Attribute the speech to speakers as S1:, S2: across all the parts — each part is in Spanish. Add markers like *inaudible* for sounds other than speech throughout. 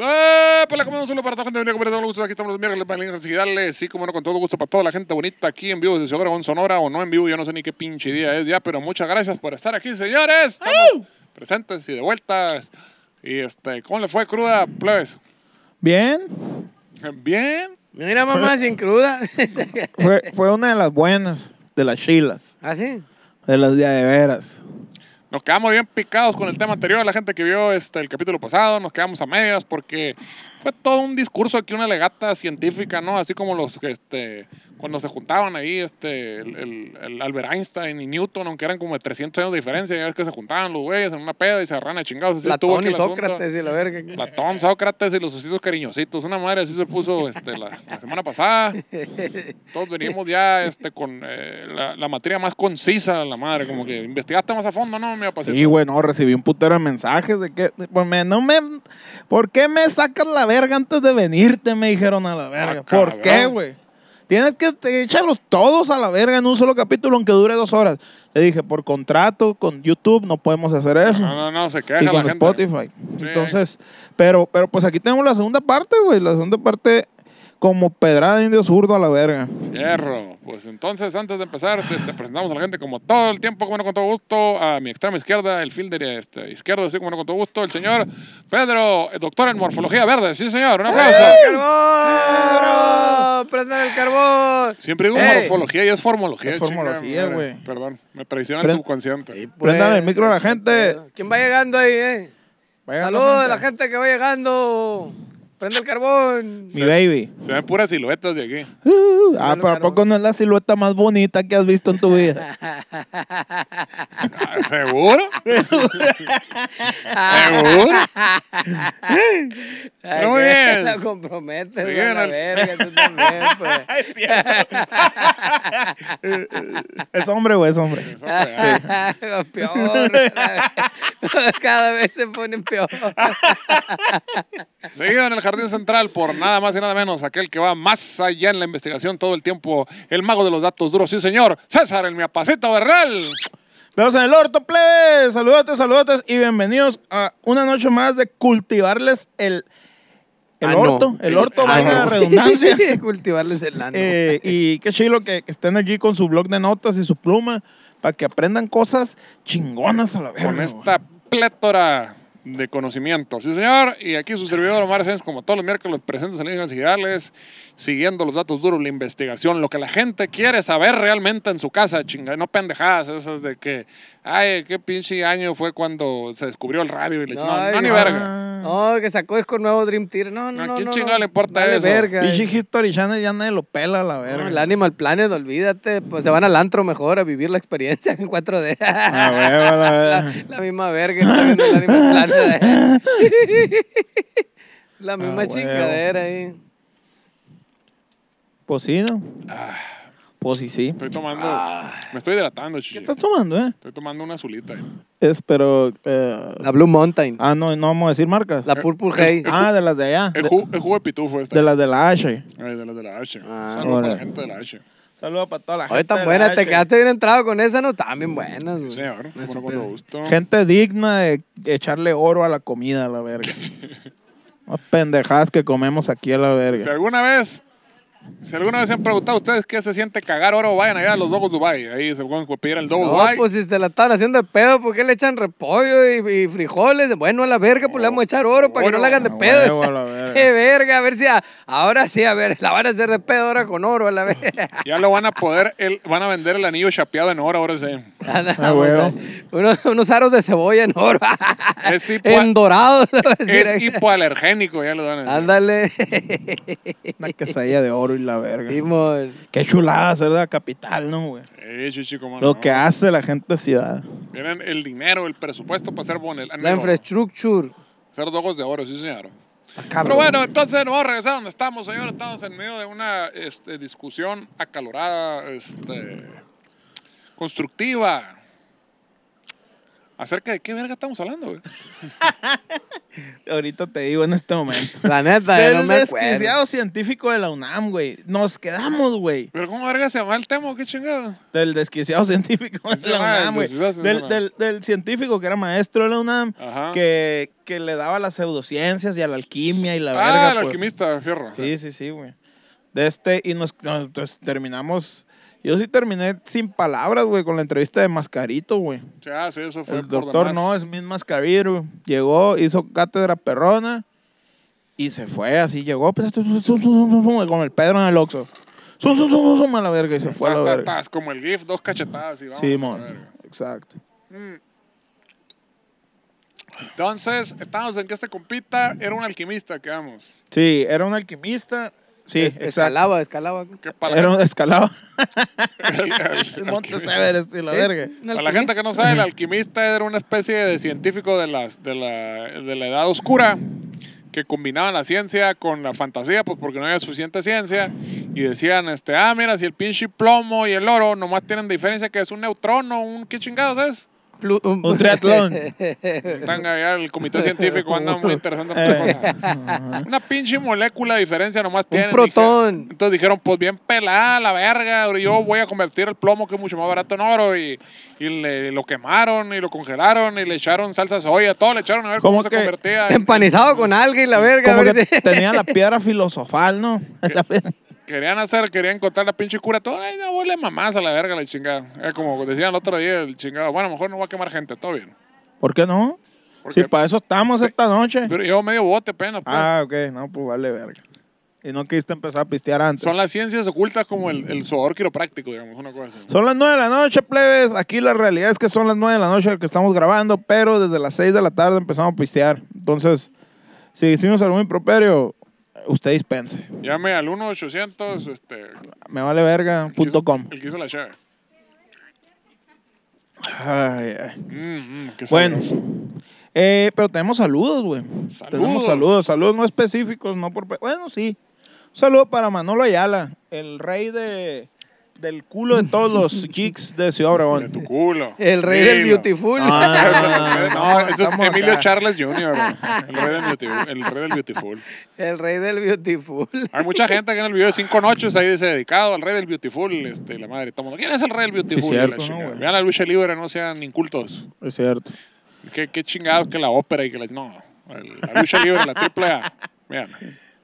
S1: Ah, pues la comemos uno para toda la gente. Bienvenida, con todo el gusto. Aquí estamos los miércoles para recibirles. Sí, como no, con todo gusto para toda la gente bonita aquí en vivo desde Ciudad Obregón, Sonora o no en vivo. Yo no sé ni qué pinche día es ya, pero muchas gracias por estar aquí, señores. Estamos presentes y de vueltas. Y este, ¿cómo le fue cruda, plebes?
S2: Bien,
S1: Bien.
S3: Mira, *laughs* mamá, sin cruda.
S2: fue, fue una de las buenas, de las chilas,
S3: ¿Ah, sí?
S2: de las de a de veras.
S1: Pues Nos quedamos bien picados con el tema anterior, la gente que vio este, el capítulo pasado, nos quedamos a medias porque fue todo un discurso aquí, una legata científica, ¿no? Así como los que, este, cuando se juntaban ahí, este, el, el- el Albert Einstein y Newton, aunque eran como de 300 años de diferencia, ya ves que se juntaban los güeyes en una peda y se agarran a chingados. Así estuvo
S3: Platón
S1: aquí el
S3: y
S1: asunto.
S3: Sócrates y la verga.
S1: Platón, Sócrates y los ositos cariñositos. Una madre así se puso este, la, la semana pasada. Todos venimos ya este, con eh, la, la materia más concisa, la madre. Como que investigaste más a fondo, ¿no, mi papacito?
S2: Sí, güey, no, recibí un putero de mensajes de que, de- pues, me- no me, ¿por qué me sacas la verga antes de venirte? Me dijeron a la verga.
S1: Ah,
S2: ¿Por qué,
S1: cabrón.
S2: güey? Tienes que te- echarlos todos a la verga en un solo capítulo, aunque dure dos horas. Le dije, por contrato con YouTube no podemos hacer eso.
S1: No, no, no, se
S2: y
S1: queja
S2: con
S1: la gente.
S2: Spotify.
S1: Sí.
S2: Entonces, pero, pero pues aquí tenemos la segunda parte, güey. La segunda parte como pedrada de indio zurdo a la verga.
S1: Hierro. Pues entonces, antes de empezar, este, presentamos a la gente como todo el tiempo, como no con todo gusto, a mi extrema izquierda, el fielder este, izquierdo, así como no con todo gusto, el señor Pedro, el doctor en morfología verde. Sí, señor, un aplauso.
S3: ¡Carbón! ¡Prendan el carbón!
S1: Siempre digo
S3: Ey.
S1: morfología y es formología.
S2: Es
S1: chinga,
S2: formología,
S1: madre.
S2: güey.
S1: Perdón, me traiciona el
S2: Pre-
S1: subconsciente.
S3: Sí, pues.
S2: Prendan el micro a la gente.
S3: ¿Quién va llegando ahí, eh?
S2: Vayan
S3: Saludos a la gente que va llegando. Prende el carbón.
S2: Mi baby.
S1: Se ven puras siluetas de aquí.
S2: Uh, ah,
S3: Dale,
S2: pero ¿a
S3: Carlos.
S2: poco no es la silueta más bonita que has visto en tu
S3: *laughs*
S2: vida?
S1: Ah, ¿Seguro? ¿Seguro?
S3: Ay,
S1: Muy
S3: que *laughs*
S1: bien.
S3: La comprometes,
S1: Sí,
S3: güey, a la
S1: en el-
S3: verga, tú también,
S2: *laughs*
S3: pues. *laughs*
S2: es hombre, güey, es hombre.
S1: ah.
S3: Lo peor. Cada vez *laughs* se ponen peor.
S1: Seguido en el Jardín Central por nada más y nada menos aquel que va más allá en la investigación todo el tiempo, el mago de los datos duros, sí señor, César el miapacito Bernal.
S2: Veos en el orto, plebes. Saludotes, saludotes y bienvenidos a una noche más de cultivarles el, el
S3: Ah, no.
S2: orto. El orto,
S3: Ah,
S2: valga
S3: no. Ah,
S2: la
S3: *laughs*
S2: redundancia.
S3: Cultivarles el ano.
S2: Eh, y qué chilo que que estén aquí con su blog de notas y su pluma para que aprendan cosas chingonas a la verga.
S1: Con
S2: güey.
S1: esta plétora de conocimiento, sí señor, y aquí su servidor Omar Sáenz, como todos los miércoles presentes en líneas digitales, siguiendo los datos duros, la investigación, lo que la gente quiere saber realmente en su casa, chinga, no pendejadas esas de que, ay, qué pinche año fue cuando se descubrió el radio y le
S3: No,
S1: Pues no, no,
S3: ay,
S1: ni
S3: no.
S1: verga.
S3: No, que sacó disco nuevo Dream Theater. No,
S1: ¿A
S3: no, no.
S1: quién
S3: no,
S1: chingado
S3: no.
S1: le importa
S3: Vale
S1: eso?
S3: verga.
S2: Pinche History Channel ya nadie lo pela a la
S3: No,
S2: verga.
S3: el Animal Planet, olvídate. Pues se van al antro mejor a vivir la experiencia en 4D.
S2: A huevo, a la
S3: *laughs* la,
S2: verga.
S3: la misma verga está viendo el Animal Planet. *laughs* la misma
S2: huevo.
S3: chingadera ahí.
S2: Pues sí, ¿no?
S3: Ah.
S2: Pues sí, sí.
S1: Estoy tomando. Me estoy hidratando,
S2: ¿Qué
S1: chichi.
S2: estás tomando, eh?
S1: Estoy tomando una azulita. eh.
S2: Es, pero... eh,
S3: La Blue Mountain.
S2: ah, no, no vamos a decir marcas.
S3: La Purple Haze.
S2: ah, de las de allá.
S1: Es
S2: de-
S1: ju- es jugo de pitufo esta.
S2: de las de la H.
S1: Ay, de la, de la H.
S3: Ah,
S1: Saludos para
S2: órale.
S1: la gente de la H.
S2: Saludos para toda la gente.
S3: Oye,
S2: de
S3: tan
S2: la
S3: buena, te
S2: H.
S3: quedaste bien entrado con esa, no, estaban bien buenas. güey.
S1: Sí, señor.
S3: Me
S1: Bueno, con
S3: supero.
S1: gusto.
S2: Gente digna de echarle oro a la comida, a la
S3: *laughs*
S2: verga. Las pendejadas que comemos aquí a la verga.
S1: Si alguna vez. Si alguna vez se han preguntado ustedes qué se siente cagar oro, vayan allá a los Dogos Dubai. Ahí se pueden pedir al Dogo
S3: No,
S1: Dubai.
S3: pues si te la están haciendo de pedo, ¿por qué le echan repollo y, y frijoles? Bueno, a la verga, pues le vamos a echar oro para que no
S1: Oro.
S3: la hagan de
S2: A
S3: pedo.
S2: huevo, a
S3: *laughs*
S2: la verga.
S3: Qué verga, a ver si a- ahora sí, a ver, la van a hacer de pedo ahora con oro a la verga.
S2: *laughs*
S1: Ya lo van a poder. el- van a vender el anillo chapeado en oro, ahora sí.
S3: Anda,
S2: Ah,
S3: vamos a-
S2: huevo.
S3: unos, unos aros de cebolla en
S2: *laughs*
S3: oro.
S1: Es hipo-
S3: en dorado. te voy a decir.
S1: Es hipoalergénico, ya lo van a decir.
S2: *laughs*
S3: Ándale. *laughs*
S2: Una quesadilla de oro y la verga.
S3: Simón.
S2: Qué chulada ser de la capital, ¿no, güey?
S1: Eh, chichi, cómo
S2: Lo
S1: no.
S2: que hace la gente de ciudad.
S1: Tienen el dinero, el presupuesto para hacer bonel.
S3: La infraestructura.
S1: Hacer dogos de oro, sí, señor. Pero
S3: Ah, cabrón.
S1: bueno, entonces nos vamos a regresar a donde estamos, señor. Estamos en medio de una este, discusión acalorada, este, constructiva, ¿Acerca de qué verga estamos hablando, güey?
S2: Ahorita te digo en este momento. *laughs*
S3: La neta, yo
S2: Del
S3: no me acuerdo.
S2: desquiciado científico de la UNAM, güey. Nos quedamos, güey.
S1: ¿Pero cómo verga se llama el tema? o ¿Qué chingado?
S2: Del desquiciado *laughs* científico de la
S1: Ah,
S2: UNAM, güey.
S1: desquiciado
S2: Del,
S1: científico.
S2: del- del científico que era maestro de la UNAM,
S1: Ajá.
S2: que, que le daba las pseudociencias y a la alquimia y la
S1: Ah,
S2: verga.
S1: el
S2: pues.
S1: alquimista, fierro.
S2: Sí, sí, sí, güey. De este, y nos, nos- pues, terminamos. Yo sí terminé sin palabras, güey, con la entrevista de Mascarito, güey.
S1: Ya, sí, eso fue
S2: El
S1: por
S2: doctor
S1: demás.
S2: no, es Smith Mascarito. Llegó, hizo cátedra perrona y se fue así. Llegó, pues, *laughs* zum, zum, zum, zum, zum, zum, con el Pedro en el Oxxo. Zum, zum, zum, zum, zum, a la verga y se fue a la
S1: Tas, tas,
S2: verga.
S1: tas, como el GIF, dos cachetadas y vamos.
S2: Sí,
S1: a la verga.
S2: mon. Exacto.
S1: Entonces, estábamos en que este compita era un alquimista, que vamos.
S2: Sí, era un alquimista. Sí,
S3: Es-
S2: exacto.
S3: Escalaba, escalaba.
S1: Que para
S2: Era un *laughs* escalado.
S1: *laughs* el
S2: *laughs* El Monte
S1: alquimista-
S2: Everest y la
S3: Eh, Sí,
S2: verga.
S1: Para
S3: un
S1: la
S3: alquimista.
S1: gente que no sabe, el alquimista era una especie de científico de, las, de, la, de la edad oscura que combinaban la ciencia con la fantasía, pues porque no había suficiente ciencia. Y decían, este, ah, mira, si el pinche plomo y el oro nomás tienen diferencia que es un neutrón o un qué chingados es.
S3: Plu- un-
S2: Un triatlón. *laughs*
S1: Están allá el comité científico, anda muy interesante.
S2: Eh.
S1: Una pinche molécula de diferencia nomás tienen.
S3: protón.
S1: Dije- entonces dijeron, pues bien pelada la verga, yo
S2: Mm.
S1: voy a convertir el plomo que es mucho más barato en oro y, y le- lo quemaron y lo congelaron y le echaron salsa soya, todo le echaron a ver cómo,
S2: ¿Cómo
S1: se
S2: que-
S1: convertía. en-
S3: *laughs* Empanizado con alga y la verga. a
S2: Como
S3: ver
S2: que
S3: si-
S2: tenía la piedra filosofal, ¿no? *laughs* La piedra-
S1: Querían hacer, querían encontrar la pinche cura, todo, ay, no, huele mamás a la verga la chingada. Era como decían el otro día el chingado, bueno, a lo mejor no va a quemar gente, todo bien.
S2: ¿Por qué no?
S1: ¿Por
S2: Si
S1: qué?
S2: para eso estamos esta noche.
S1: Pero yo medio bote apenas. pues.
S2: Ah, ok, no, pues vale verga. Y no quisiste empezar a pistear antes.
S1: Son las ciencias ocultas como el, el sudor quiropráctico, digamos, una cosa así.
S2: Son las 9 de la noche, plebes. Aquí la realidad es que son las 9 de la noche que estamos grabando, pero desde las 6 de la tarde empezamos a pistear. Entonces, si hicimos algún improperio, usted dispense.
S1: Llame al 1-800, este...
S2: Me vale verga, punto com.
S1: El que hizo la chave.
S2: Ay, ay.
S1: Mm, mm, qué
S2: Bueno,
S1: sabroso.
S2: Eh, pero tenemos saludos, güey.
S1: Saludos.
S2: Tenemos saludos, saludos no específicos, no por... pe- Bueno, sí. Un saludo para Manolo Ayala, el rey de, del culo de todos
S1: *laughs*
S2: los geeks de Ciudad
S1: De
S2: Obregón.
S1: tu culo.
S3: El rey del
S1: Dilo.
S3: Beautiful.
S2: Ah,
S1: *laughs* No, eso es
S2: estamos
S1: Emilio
S2: acá.
S1: Charles Jr., el rey, del beautiful, el rey del Beautiful.
S3: El rey del Beautiful.
S1: Hay mucha gente que en el video de Cinco Noches ahí dice dedicado al rey del Beautiful. Este, la madre, todo el mundo, ¿Quién es el rey del Beautiful?
S2: Sí, cierto,
S1: Y la
S2: ¿no,
S1: chingada.
S2: güey?
S1: Vean la lucha libre, no sean incultos.
S2: Es cierto.
S1: Qué, qué chingados que la ópera y que las. No, el- la lucha libre, la triple A. Vean.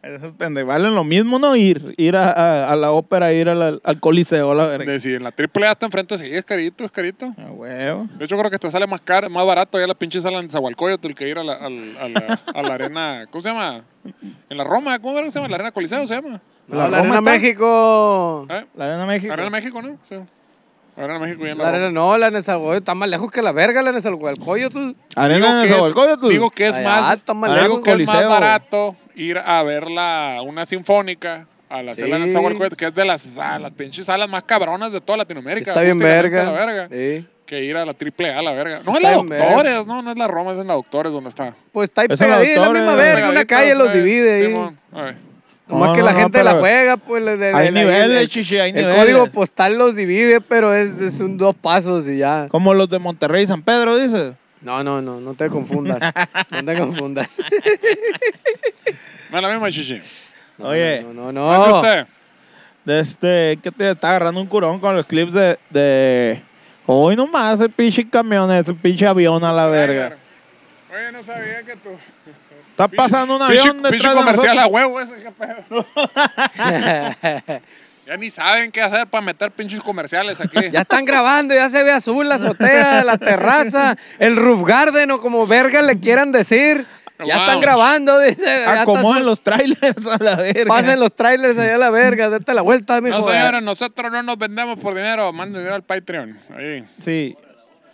S2: Esos pendejos valen lo mismo, ¿no? Ir, ir a, a- a la ópera, ir a la- al coliseo, la verga.
S1: De, si en la triple A está enfrente, sí, es carito, es carito.
S2: Ah, huevo.
S1: De hecho, creo que te sale más caro, más barato ya la pinche sala en Zahualcóyotl que ir a la, al- a la- a la arena. ¿Cómo se llama? En la Roma, ¿cómo era que se llama? La arena Coliseo se llama.
S3: No,
S2: ¿La
S3: la,
S2: Roma
S3: Arena
S2: está?
S3: México.
S1: ¿Eh?
S2: La Arena México.
S1: Arena México, ¿no? Sí. Arena México y en la,
S3: La Arena
S1: Roma.
S3: no, la Nezahualcóyotl está más lejos que la verga, la Nezahualcóyotl.
S2: Arena
S1: que
S2: de
S1: es-
S2: Zahualcóyotl.
S1: digo que es
S3: Allá,
S1: más,
S3: está más
S1: digo
S2: lejos.
S1: que es más
S2: Coliseo.
S1: barato ir a ver la, una sinfónica a la sala en
S3: Sí.
S1: Zahualcóyotl, que es de las, a las pinches salas más cabronas de toda Latinoamérica.
S3: Está bien
S1: acústicamente
S3: verga.
S1: a la verga.
S3: Sí.
S1: Que ir a la triple A, la verga. No es
S3: Está
S1: la
S3: bien verga.
S1: Doctores, no, no es la Roma, es en la Doctores donde está.
S3: Pues está ahí
S2: Esa es la
S3: pegadita, la
S2: doctora,
S3: misma
S2: eh.
S3: verga, una
S1: Pegadito,
S3: calle los
S1: sí,
S3: divide ahí.
S1: Simón. Ay.
S3: Nomás
S2: No,
S3: que
S2: no,
S3: la
S2: no,
S3: gente
S2: pero-
S3: la juega, pues. la- la-
S2: Hay
S3: la-
S2: niveles,
S3: el-
S2: chichi, hay
S3: el
S2: niveles.
S3: código postal los divide, pero es, es un dos pasos y ya.
S2: Como los de Monterrey y San Pedro, dices.
S3: No, no, no, no te confundas.
S2: *laughs*
S3: no te confundas.
S1: No es la misma chichi.
S3: No,
S2: Oye.
S3: No, no,
S1: ¿Dónde
S3: no.
S1: usted?
S2: De este, que te está agarrando un curón con los clips de. de... Hoy nomás el pinche camión, ese pinche avión a la verga.
S1: Oye, no sabía que tú.
S2: Está pasando un
S1: Pinche,
S2: avión
S1: pinche
S2: detrás de
S1: comercial a
S2: nosotros.
S1: huevo ese, qué
S2: *laughs*
S1: pedo. ya ni saben qué hacer para meter pinches comerciales aquí.
S3: *laughs* Ya están grabando, ya se ve azul la azotea, la terraza, el roof garden o como verga le quieran decir. Ya están
S1: Lounge.
S3: grabando, dice. ya está
S2: Acomoden
S3: azul.
S2: los trailers a la verga.
S3: Pasen los trailers allá a la verga, date la vuelta, mijo.
S1: no, señores, nosotros no nos vendemos por dinero. Manden dinero al Patreon. Ahí.
S2: Sí.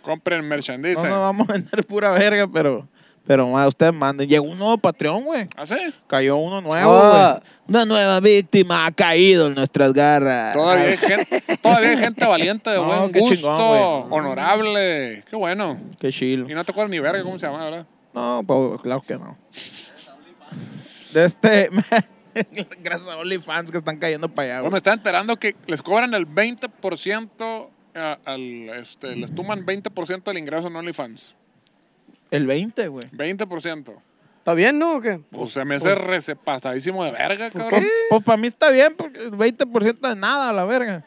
S1: Compren
S2: No
S1: merchandising.
S2: nos vamos a vender pura verga, pero, pero ma, ustedes manden. Llegó un nuevo Patreón, güey.
S1: ¿Ah, sí?
S2: Cayó uno nuevo, güey.
S3: Ah.
S2: Una nueva víctima ha caído en nuestras garras.
S1: Todavía
S3: *laughs*
S1: hay gente, todavía hay gente valiente, de
S2: No,
S1: buen
S2: qué
S1: gusto,
S2: chingón, güey.
S1: honorable. Qué bueno.
S2: Qué chill.
S1: Y no te acuerdas ni verga cómo se llama, ¿verdad?
S2: No, pues, claro que no. De este... *laughs* Gracias a OnlyFans que están cayendo para
S3: Ah,
S2: allá,
S1: Bueno,
S2: güey.
S1: me estaba enterando que les cobran el eh, 20% a- al, este, les tuman 20% del ingreso en OnlyFans.
S2: El 20, güey.
S1: 20%.
S3: ¿Está bien, no? ¿O qué?
S1: Pues se me hace recepastadísimo de verga, cabrón.
S2: Pues, pues para mí está bien, porque el 20% de nada, la verga.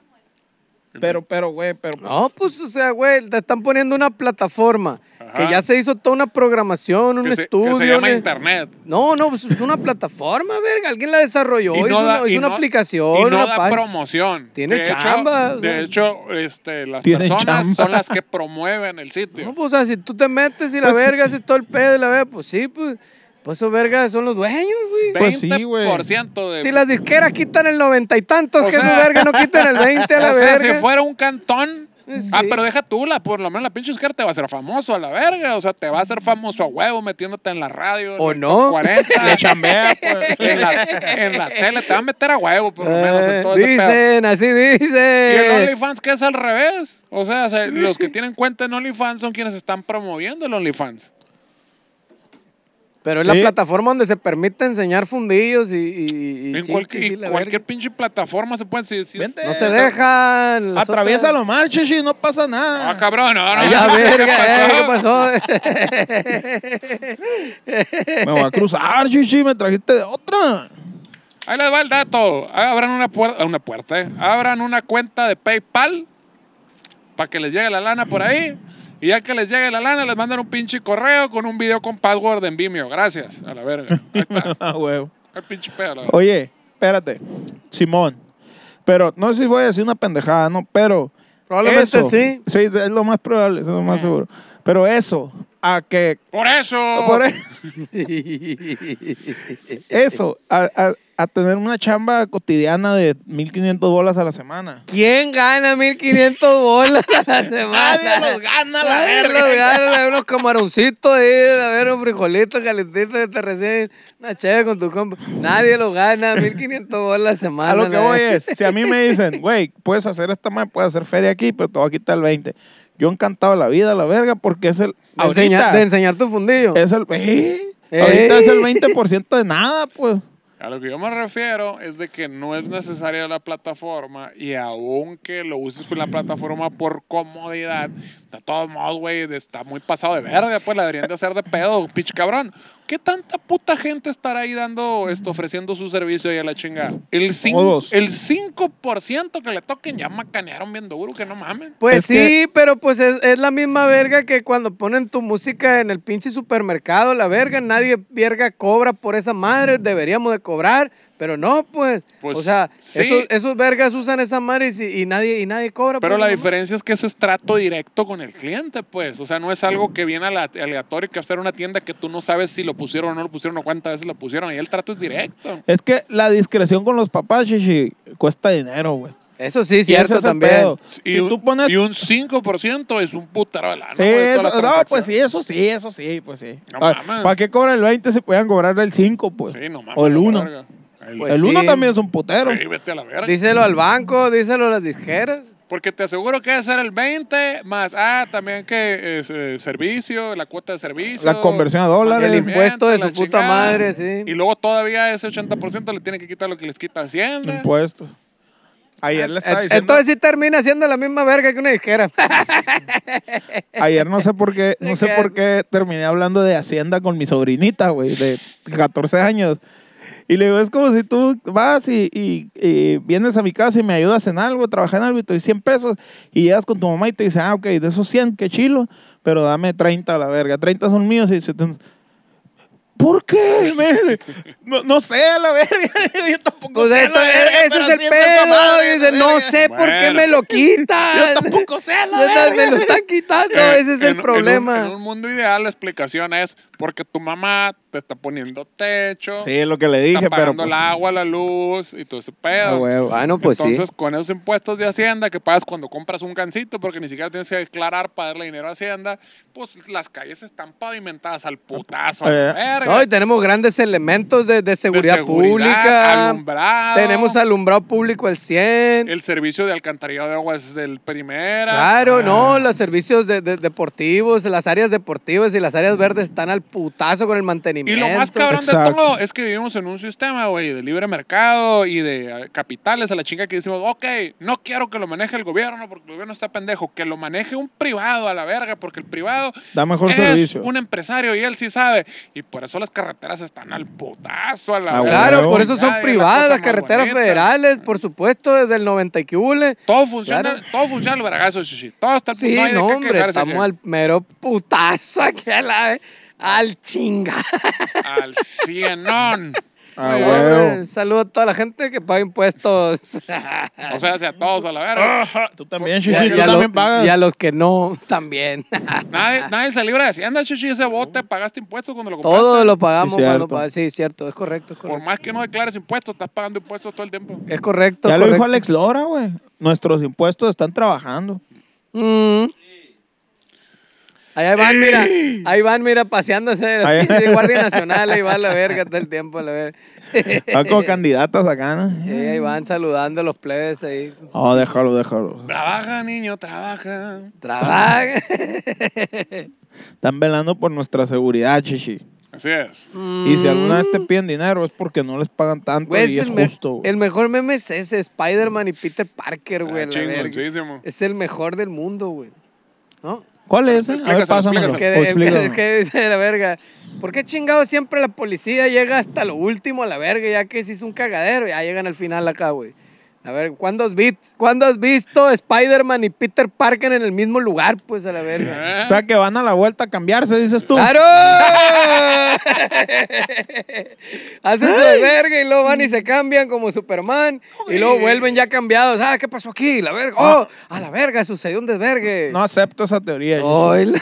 S2: Pero, pero, güey, pero. *laughs*
S3: No, pues, o sea, güey, te están poniendo una plataforma que
S1: Ajá.
S3: ya se hizo toda una programación, un
S1: Que se, que
S3: estudio.
S1: se llama
S3: le-
S1: internet.
S3: No, no, pues es una plataforma, verga. Alguien la desarrolló, hizo una, hizo
S1: y
S3: una
S1: no-
S3: aplicación.
S1: Y no
S3: una
S1: da
S3: página.
S1: promoción.
S3: Tiene
S1: De hecho-
S3: chamba, o sea.
S1: de hecho, este, las
S2: Tiene
S1: personas
S2: chamba.
S1: son las que promueven el
S3: No,
S1: sitio.
S3: pues, o sea, si tú te metes y la
S2: Pues-
S3: verga haces todo el pedo y la verga, pues sí, pues, pues esos vergas son los dueños, güey.
S2: Pues sí, güey.
S1: 20% de...
S3: Si las disqueras quitan el noventa y tantos,
S1: O
S3: que
S1: sea-
S3: esos vergas no quiten el
S1: *laughs*
S3: 20 a la
S1: o sea,
S3: verga.
S1: si fuera un cantón...
S3: Sí.
S1: Ah, pero deja tú, la, por lo menos la pinche izquierda te va a hacer famoso a la verga. O sea, te va a hacer famoso a huevo metiéndote en la radio. en
S3: ¿O
S1: el
S3: no?
S1: top
S3: *laughs*
S1: 40.
S2: Le chambea, *laughs* pues.
S1: en, la, en la tele. Te va a meter a huevo, por lo menos, en
S3: Eh,
S1: todo ese pedo.
S3: dicen, así
S1: Y el
S3: dicen.
S1: OnlyFans que es al revés. O sea, se- los que tienen cuenta en OnlyFans son quienes están promoviendo el OnlyFans.
S3: Pero es la
S2: Sí.
S3: plataforma donde se permite enseñar fundillos y. y, y
S1: En
S3: chinches
S1: cualquier,
S3: y
S1: y
S3: la
S1: cualquier Eh,
S3: verga.
S1: pinche plataforma se puede decir.
S2: Vente.
S3: No se
S2: Entonces,
S3: dejan. las
S2: Atraviesa
S3: otras-
S2: lo mal, chichi, no pasa
S1: Ah,
S2: nada.
S1: cabrón, no, no. *laughs*
S3: Ay, ya,
S1: no sé
S3: verga, eh, ¿qué pasó?
S2: Me voy a cruzar, chichi, me trajiste de otra. *laughs*
S1: Ahí les va el dato. Abran una puerta, una puerta, eh. Abran una cuenta de PayPal para que les llegue la lana por ahí. Y ya que les llegue la lana, les mandan un pinche correo con un video con password en Vimeo. Gracias. A la verga. Ahí
S2: *laughs*
S1: está.
S2: Ah, huevo.
S1: El pinche pedo. la verga.
S2: Oye, espérate, Simón. Pero no sé si voy a decir una pendejada, ¿no? Pero.
S3: Probablemente
S2: eso-
S3: sí.
S2: Sí, es lo más probable, eso es lo más seguro. Pero eso, a que.
S1: Por eso.
S2: por e- eso, a, a- a tener una chamba cotidiana de 1500 bolas a la semana.
S3: ¿Quién gana 1500 bolas a la semana?
S2: Nadie los gana, la
S3: Nadie
S2: verga.
S3: los gana, la- unos camaroncitos ahí, a ver, un frijolito calentito que te recién, una chévere con tu compa. Nadie los gana 1500 bolas a la semana.
S2: A lo que
S3: la
S2: voy
S3: verga.
S2: es, si a mí me dicen, güey, puedes hacer esta madre, puedes hacer feria aquí, pero te voy a quitar el 20. Yo encantado de la vida, la verga, porque es el.
S3: De enseñar, de
S2: Ahorita,
S3: enseñar tu fundillo.
S2: es el. ¡Eh!
S3: ¡Eh!
S2: Ahorita es el 20% de nada, pues.
S1: A lo que yo me refiero es de que no es necesaria la plataforma y aunque lo uses por la plataforma por comodidad, de todos modos, güey, de- está muy pasado de verga, pues la deberían de hacer de pedo, pinche cabrón. ¿Qué tanta puta gente estará ahí dando esto, ofreciendo su servicio y a la chingada? El, cin-
S2: Todos.
S1: el 5% que le toquen ya macanearon bien duro, que no mamen.
S3: Pues
S2: Es
S3: sí,
S2: que-
S3: pero pues es, es la misma verga que cuando ponen tu música en el pinche supermercado, la verga, nadie verga cobra por esa madre,
S2: Mm.
S3: deberíamos de cobrar, pero no, pues.
S1: Pues,
S3: o sea,
S1: sí.
S3: esos, esos vergas usan esa madre y, si- y nadie, y nadie cobra. pues,
S1: Pero
S2: pues,
S3: por
S1: la
S3: esa madre.
S1: diferencia es que eso es trato directo con el cliente, pues. O sea, no es algo que viene a la- aleatorio que hacer una tienda que tú no sabes si lo pusieron o no lo pusieron o cuántas veces lo pusieron. Y el trato es directo.
S2: Es que la discreción con los papás, chichi, cuesta dinero, güey.
S3: Eso sí,
S2: Y ese
S3: cierto
S2: es el
S3: también.
S2: pedo.
S1: Y,
S2: si
S1: un,
S2: tú pones.
S1: y un 5% es un putero de lana.
S2: sí,
S1: güey, de todas las
S2: eso- no, pues
S1: transacciones.
S2: sí, eso sí, eso sí, pues sí.
S1: No
S2: Ah,
S1: mames.
S2: ¿Para qué cobran el 20 si podían cobrar el 5, pues?
S1: Sí, no mames,
S2: o el
S1: la
S2: 1.
S1: verga. El-
S3: Pues
S2: el 1
S3: sí.
S2: también es un putero.
S1: sí, vete a la verga.
S3: Díselo al banco, díselo a las disqueras.
S1: Porque te aseguro que debe ser el 20 más, ah, también que es eh, servicio, la cuota de servicio.
S2: La conversión a dólares.
S1: mantenimiento,
S3: El impuesto de
S1: la
S3: su puta madre, sí.
S1: Y luego todavía ese 80% le tiene que quitar lo que les quita Hacienda.
S2: Impuestos. Ayer le estaba
S3: Eh,
S2: diciendo.
S3: Entonces sí termina siendo la misma verga que una disquera.
S2: Ayer no sé por
S3: *laughs*
S2: qué, no sé por qué terminé hablando de Hacienda con mi sobrinita, güey, de 14 años. Y le digo, es como si tú vas y, y- y vienes a mi casa y me ayudas en algo, trabajas en algo y te doy 100 pesos. Y llegas con tu mamá y te dice, ah, ok, de esos 100, qué chilo, pero dame 30 a la verga. 30 son míos y se te- ¿Por qué? *laughs* Me dice, no, no sé, a la verga. *laughs* Yo tampoco
S3: *laughs* Pues
S2: sé. a
S3: esto-
S2: la verga,
S3: ese
S2: pero
S3: es el
S2: haciendo esa
S3: pedo.
S2: madre, a la
S3: dice, no
S2: verga.
S3: sé por qué
S1: Bueno.
S2: *laughs*
S3: me lo quitan.
S2: Yo tampoco sé,
S3: *laughs*
S2: a la
S3: Me-
S2: verga.
S3: Me lo están quitando,
S1: Eh,
S3: ese es
S1: en-
S3: el
S1: en un-
S3: problema.
S1: En un, mundo ideal, la explicación es porque tu mamá te está poniendo techo,
S2: Sí, es lo que le
S1: está
S2: dije, pero. pues,
S1: pagando el agua, la luz y todo ese
S2: Ah,
S1: pedo.
S2: huevo.
S3: Bueno, pues
S1: Entonces,
S3: sí.
S1: con esos impuestos de Hacienda que pagas cuando compras un gancito, porque ni siquiera tienes que declarar para darle dinero a Hacienda, pues las calles están pavimentadas al putazo. a la
S2: Eh.
S1: verga.
S3: No, y tenemos grandes elementos de, de seguridad,
S1: seguridad,
S3: pública.
S1: alumbrado.
S3: Tenemos alumbrado público al 100.
S1: el servicio de alcantarillado de agua es del primera.
S3: Claro,
S1: Ah.
S3: no, los servicios de- de- deportivos, las áreas deportivas y las áreas verdes están al putazo con el
S1: Y
S3: entretenimiento.
S1: lo más cabrón de
S2: Exacto.
S1: todo es que vivimos en un sistema, güey, de libre mercado y de eh, capitales a la chinga que decimos, ok, no quiero que lo maneje el gobierno porque el gobierno está pendejo, que lo maneje un privado a la verga porque el privado
S2: Da mejor
S1: es
S2: servicio.
S1: un empresario y él sí sabe. Y por eso las carreteras están al putazo a la
S2: Ah,
S1: verga.
S3: Claro,
S2: Claro.
S1: La
S3: por eso son
S1: chingada, y la cosa
S3: privadas las
S1: más
S3: carreteras
S1: bonita.
S3: federales, por supuesto, desde el 90 y que hule.
S1: Todo funciona,
S3: Claro.
S1: todo funciona el vergazo, chichi. Todo está
S3: Sí,
S1: hay de
S3: no,
S1: qué
S3: hombre,
S1: quejarse, eh.
S3: estamos
S1: chichi.
S3: al mero putazo aquí a la vez. Al chinga.
S1: al
S3: *laughs*
S1: cienón.
S2: Ah,
S3: Hombre,
S2: huevo.
S3: Saludo a toda la gente que paga
S2: *laughs*
S3: impuestos. *laughs*
S1: O sea, hacia todos a la verga.
S2: Tú también,
S3: y, a,
S2: Shishi, tú
S3: y a lo-
S2: también pagas.
S3: y a los que no,
S2: *laughs*
S3: también.
S1: Nadie, nadie se libra de Hacienda, chichi. Ese bote pagaste impuestos cuando lo compraste.
S3: *laughs* Todo lo pagamos
S2: Sí,
S3: cuando
S2: cierto.
S3: pag- Sí, cierto, es correcto. Es
S1: Por
S3: correcto.
S1: más que no declares impuestos, estás pagando impuestos todo el tiempo.
S3: Es correcto.
S2: ya lo dijo
S3: correcto.
S2: Alex Lora, güey. Nuestros impuestos están trabajando.
S3: Mm. Ahí
S2: *laughs*
S3: van, mira, ahí van, mira, paseándose de la *laughs*
S2: Ahí-
S3: pinche Guardia Nacional, ahí
S2: *laughs*
S3: va la verga todo el tiempo, la verga.
S2: Están
S3: *laughs*
S2: como candidatas acá,
S3: Sí,
S2: ¿no?
S3: ahí van saludando a los plebes ahí.
S2: Oh, déjalo, déjalo.
S1: Trabaja, niño, trabaja.
S3: Trabaja.
S2: Están velando por nuestra seguridad, Shishi.
S1: Así es.
S2: Y
S3: Mm.
S2: si alguna vez te piden dinero es porque no les pagan tanto
S3: Güey,
S2: y es
S3: Pues el, me-
S2: justo. güey.
S3: el mejor meme es ese, Spider-Man y Peter Parker, güey.
S1: Ah,
S3: la verga.
S1: chingoncísimo.
S3: Es el mejor del mundo, güey. ¿No?
S2: ¿Cuál es? ese? A ver,
S1: Explícaselo,
S2: pásamelo.
S1: explícaselo.
S3: Que,
S2: O
S3: el-
S2: explícalo.
S3: el *laughs* que dice de la verga. ¿Por qué chingado siempre la policía llega hasta lo último a la verga? Ya que se hizo un cagadero, ya llegan al final acá, güey. A ver, ¿cuándo has, vi- ¿cuándo has visto Spider-Man y Peter Parker en el mismo lugar? Pues a la verga.
S1: ¿Eh?
S2: O sea, que van a la vuelta a cambiarse, dices tú. *laughs*
S3: ¡Claro! Hacen su de verga y luego van y se cambian como Superman. Y luego vuelven ya cambiados. Ah, ¿qué pasó aquí? La verga. ¡Oh! A la verga, sucedió un desvergue.
S2: Ah. No eh, acepto esa teoría.
S3: Oh.
S2: *laughs*
S3: Oil.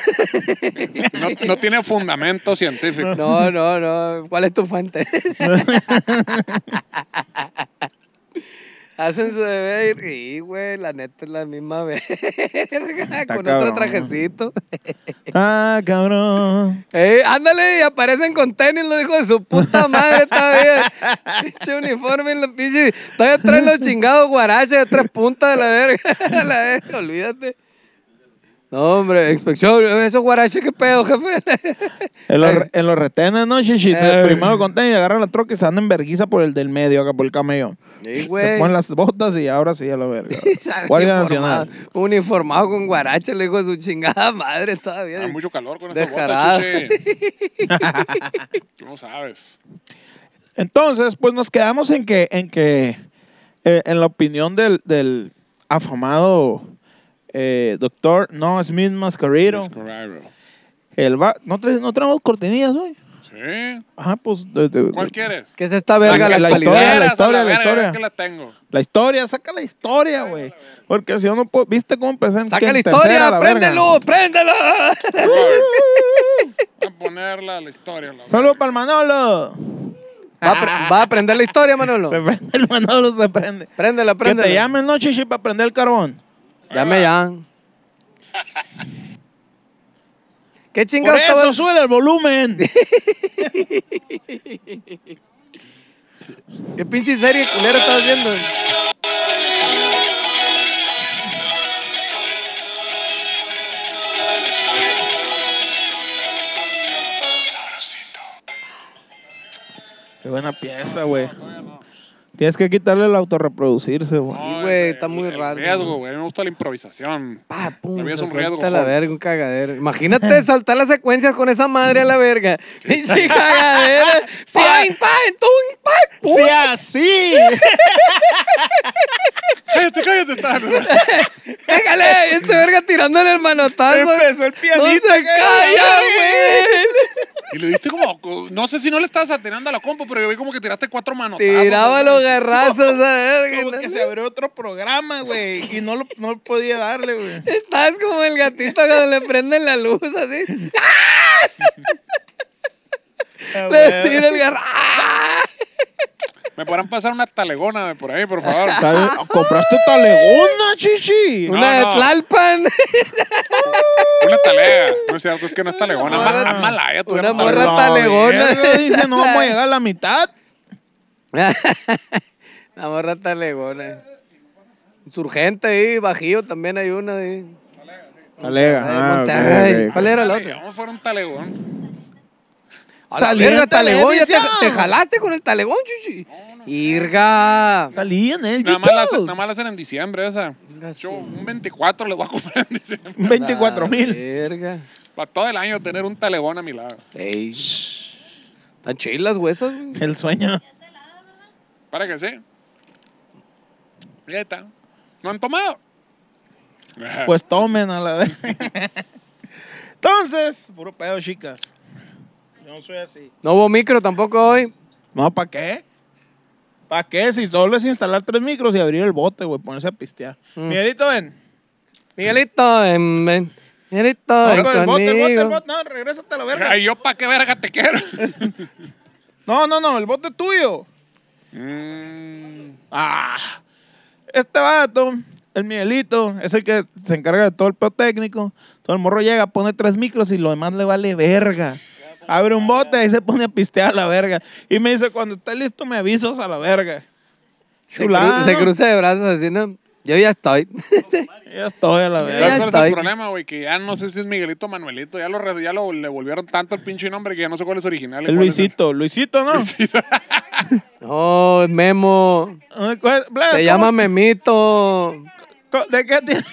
S1: No, no tiene fundamento científico.
S3: No, no, no. ¿Cuál es tu fuente?
S2: *laughs*
S3: Hacen su deber y, güey, la neta es la misma *laughs* verga. Con otro
S2: cabrón.
S3: trajecito.
S2: Ah, cabrón.
S3: Ey, Eh, ándale, y aparecen con tenis, lo dijo de su puta
S2: *laughs*
S3: madre todavía. Pinche uniforme en los pinches. Todavía traen los chingados guaraches de tres puntas de la verga. *laughs* la verga, olvídate. No, hombre, inspección, esos guaraches, qué pedo, jefe.
S2: En los, en los retenes, ¿no, Shishi?
S3: Eh.
S2: Primero conten y agarran la troca y se andan en verguiza por el del medio, acá por el camellón.
S3: Ey, *laughs*
S2: Se
S3: güey.
S2: ponen las botas y ahora sí a la verga.
S3: *laughs* Sale
S2: Guardia
S3: uniformado-
S2: Nacional.
S3: Uniformado con guarache, le dijo su chingada madre todavía.
S2: Ah,
S1: Hay mucho calor con esas
S3: Descarado.
S1: botas,
S3: *laughs*
S1: chichi. Tú no sabes.
S2: Entonces, pues nos quedamos en que, en que, eh, en la opinión del, del afamado eh, doctor No Smith Mascarero,
S1: Descarado.
S2: el va, ¿no, tra- no traemos cortinillas hoy.
S1: Sí.
S2: Ajá, pues de- de-
S1: ¿Cuál quieres?
S3: ¿Qué es esta verga
S2: La-
S3: la,
S2: la
S3: actualidad?
S2: historia.
S1: Quieras, a
S2: la
S1: verga,
S2: historia.
S1: yo que la
S2: *laughs*
S1: tengo.
S2: la historia, saca la historia, güey. Porque si yo no puedo, ¿viste cómo empecé en que
S3: Saca
S2: en
S3: la
S2: tercera,
S3: historia,
S2: la verga?
S3: préndelo, préndelo. *laughs*
S1: Voy a ponerla a la historia. la
S2: Saludos
S1: verga.
S2: para el Manolo.
S3: Va a, pre- va a prender la historia, Manolo.
S2: Se prende el Manolo, se prende.
S3: Préndela, préndela.
S2: Que te llamen, no, chichi, para prender el carbón.
S3: Llame ya. *laughs* ¿Qué
S2: Por
S3: chingados
S2: eso,
S3: estaba-
S2: sube el volumen. *laughs*
S3: ¿Qué pinche serie culera estabas viendo?
S2: Qué buena pieza, güey. Tienes que quitarle el autorreproducirse, güey.
S1: No,
S3: güey,
S1: ese-
S3: está muy
S1: el
S3: raro.
S1: riesgo, güey. A mí me gusta la improvisación.
S2: Ah,
S3: Pa,
S1: La
S3: pum,
S1: vida es
S3: se
S1: un riesgo,
S3: corta Ah, la
S1: Hulk.
S3: verga, un cagadero. Imagínate *laughs* saltar las secuencias con esa madre a
S2: *laughs*
S3: la verga. Pinche cagadera. ¡Pain, pain, tum, pain! pum.
S2: ¡Sí, *laughs* así!
S1: Cállate, cállate, tarde.
S3: *laughs* ¡Déjale! Este verga tirándole el manotazo.
S2: Empezó el pianista,
S3: ¡No se
S2: que-
S3: calla, güey!
S1: Y le diste como, no sé si no le estabas atinando a la compu, pero yo vi como que tiraste cuatro manos.
S3: Tiraba los garrazos a la verga.
S2: que se abrió otro programa, güey. Y no, lo, no podía darle, güey.
S3: Estás como el gatito cuando le prenden la luz, así.
S2: Ah,
S3: Le
S2: güey.
S3: tira el ¡Ah! garra.
S1: Me podrán pasar una talegona de por ahí, por favor.
S2: ¿Sabes? ¿Compraste talegona, chichi?
S1: No,
S3: Una
S1: no.
S3: de Tlalpan.
S1: Una talega. No es cierto, es que no es talegona.
S3: Una
S1: ma-
S3: morra-
S1: a Malaya tuviera
S3: una
S1: talega.
S3: morra-
S2: La
S3: talegona.
S2: verga, Dije, no vamos a llegar a la mitad.
S3: *laughs* La morra talegona. Insurgente ahí, bajío también hay una ahí.
S2: Talega.
S3: Ah,
S2: Ah,
S3: Monterrey.
S2: ok, ok.
S3: ¿Cuál era la
S1: Dale,
S3: otra?
S1: Vamos a fuera un talegón.
S3: A la
S2: Salí en
S3: verga, talegón, ya te,
S2: televisión.
S3: te jalaste con el talegón, chuchi. Irga.
S2: Salí en el
S1: Nada más, la hacen,
S2: YouTube.
S1: nada más la hacen en diciembre esa.
S3: Venga, su-
S1: Yo un 24 le voy a comprar en diciembre. *laughs*
S2: 24
S1: Ah,
S2: mil.
S3: Verga.
S1: Para todo el año tener un talegón a mi lado.
S3: Ey. Están chilas, güey, esas, güey.
S2: El sueño.
S1: Para que sí. Y ahí está. ¿No han tomado?
S2: Pues tomen a la vez. Entonces, puro pedo, chicas. Yo no soy así.
S3: No hubo micro tampoco hoy.
S2: No, ¿para qué? ¿Para qué? Si solo es instalar tres micros y abrir el bote, güey, ponerse a pistear.
S3: Mm.
S2: Miguelito, ven.
S3: Miguelito, ven, ven. Miguelito,
S2: No,
S3: ven
S2: con el bote, el bote, el
S3: conmigo.
S2: bote. No, regrésate a la
S1: *laughs*
S2: verga.
S1: Ay, yo para qué verga te quiero. *laughs*
S2: No, no, no, el bote es tuyo.
S1: Mm,
S2: Ah, este vato, el Miguelito, es el que se encarga de todo el pedo técnico. Todo el morro llega, pone tres micros y lo demás le vale verga. Abre un bote y se pone a pistear a la verga. Y me dice, cuando estés listo me avisas a la verga.
S3: Se,
S2: Chulada,
S3: cru- se
S2: ¿no?
S3: cruza de brazos así, ¿no? Yo ya estoy. *laughs*
S2: Ya estoy a la verga.
S1: ¿Sabes cuál es
S3: estoy.
S1: el problema, güey? Que ya no sé si es Miguelito o Manuelito. Ya lo, re- ya lo le volvieron tanto el pinche nombre que ya no sé cuál es original. y
S2: El
S1: cuál es
S2: Luisito, Luisito, ¿no?
S3: No, Oh, es Memo.
S2: Ay, ¿cuál es? Blas,
S3: Se
S2: ¿cómo-
S3: llama Memito.
S2: co- ¿De qué tiene?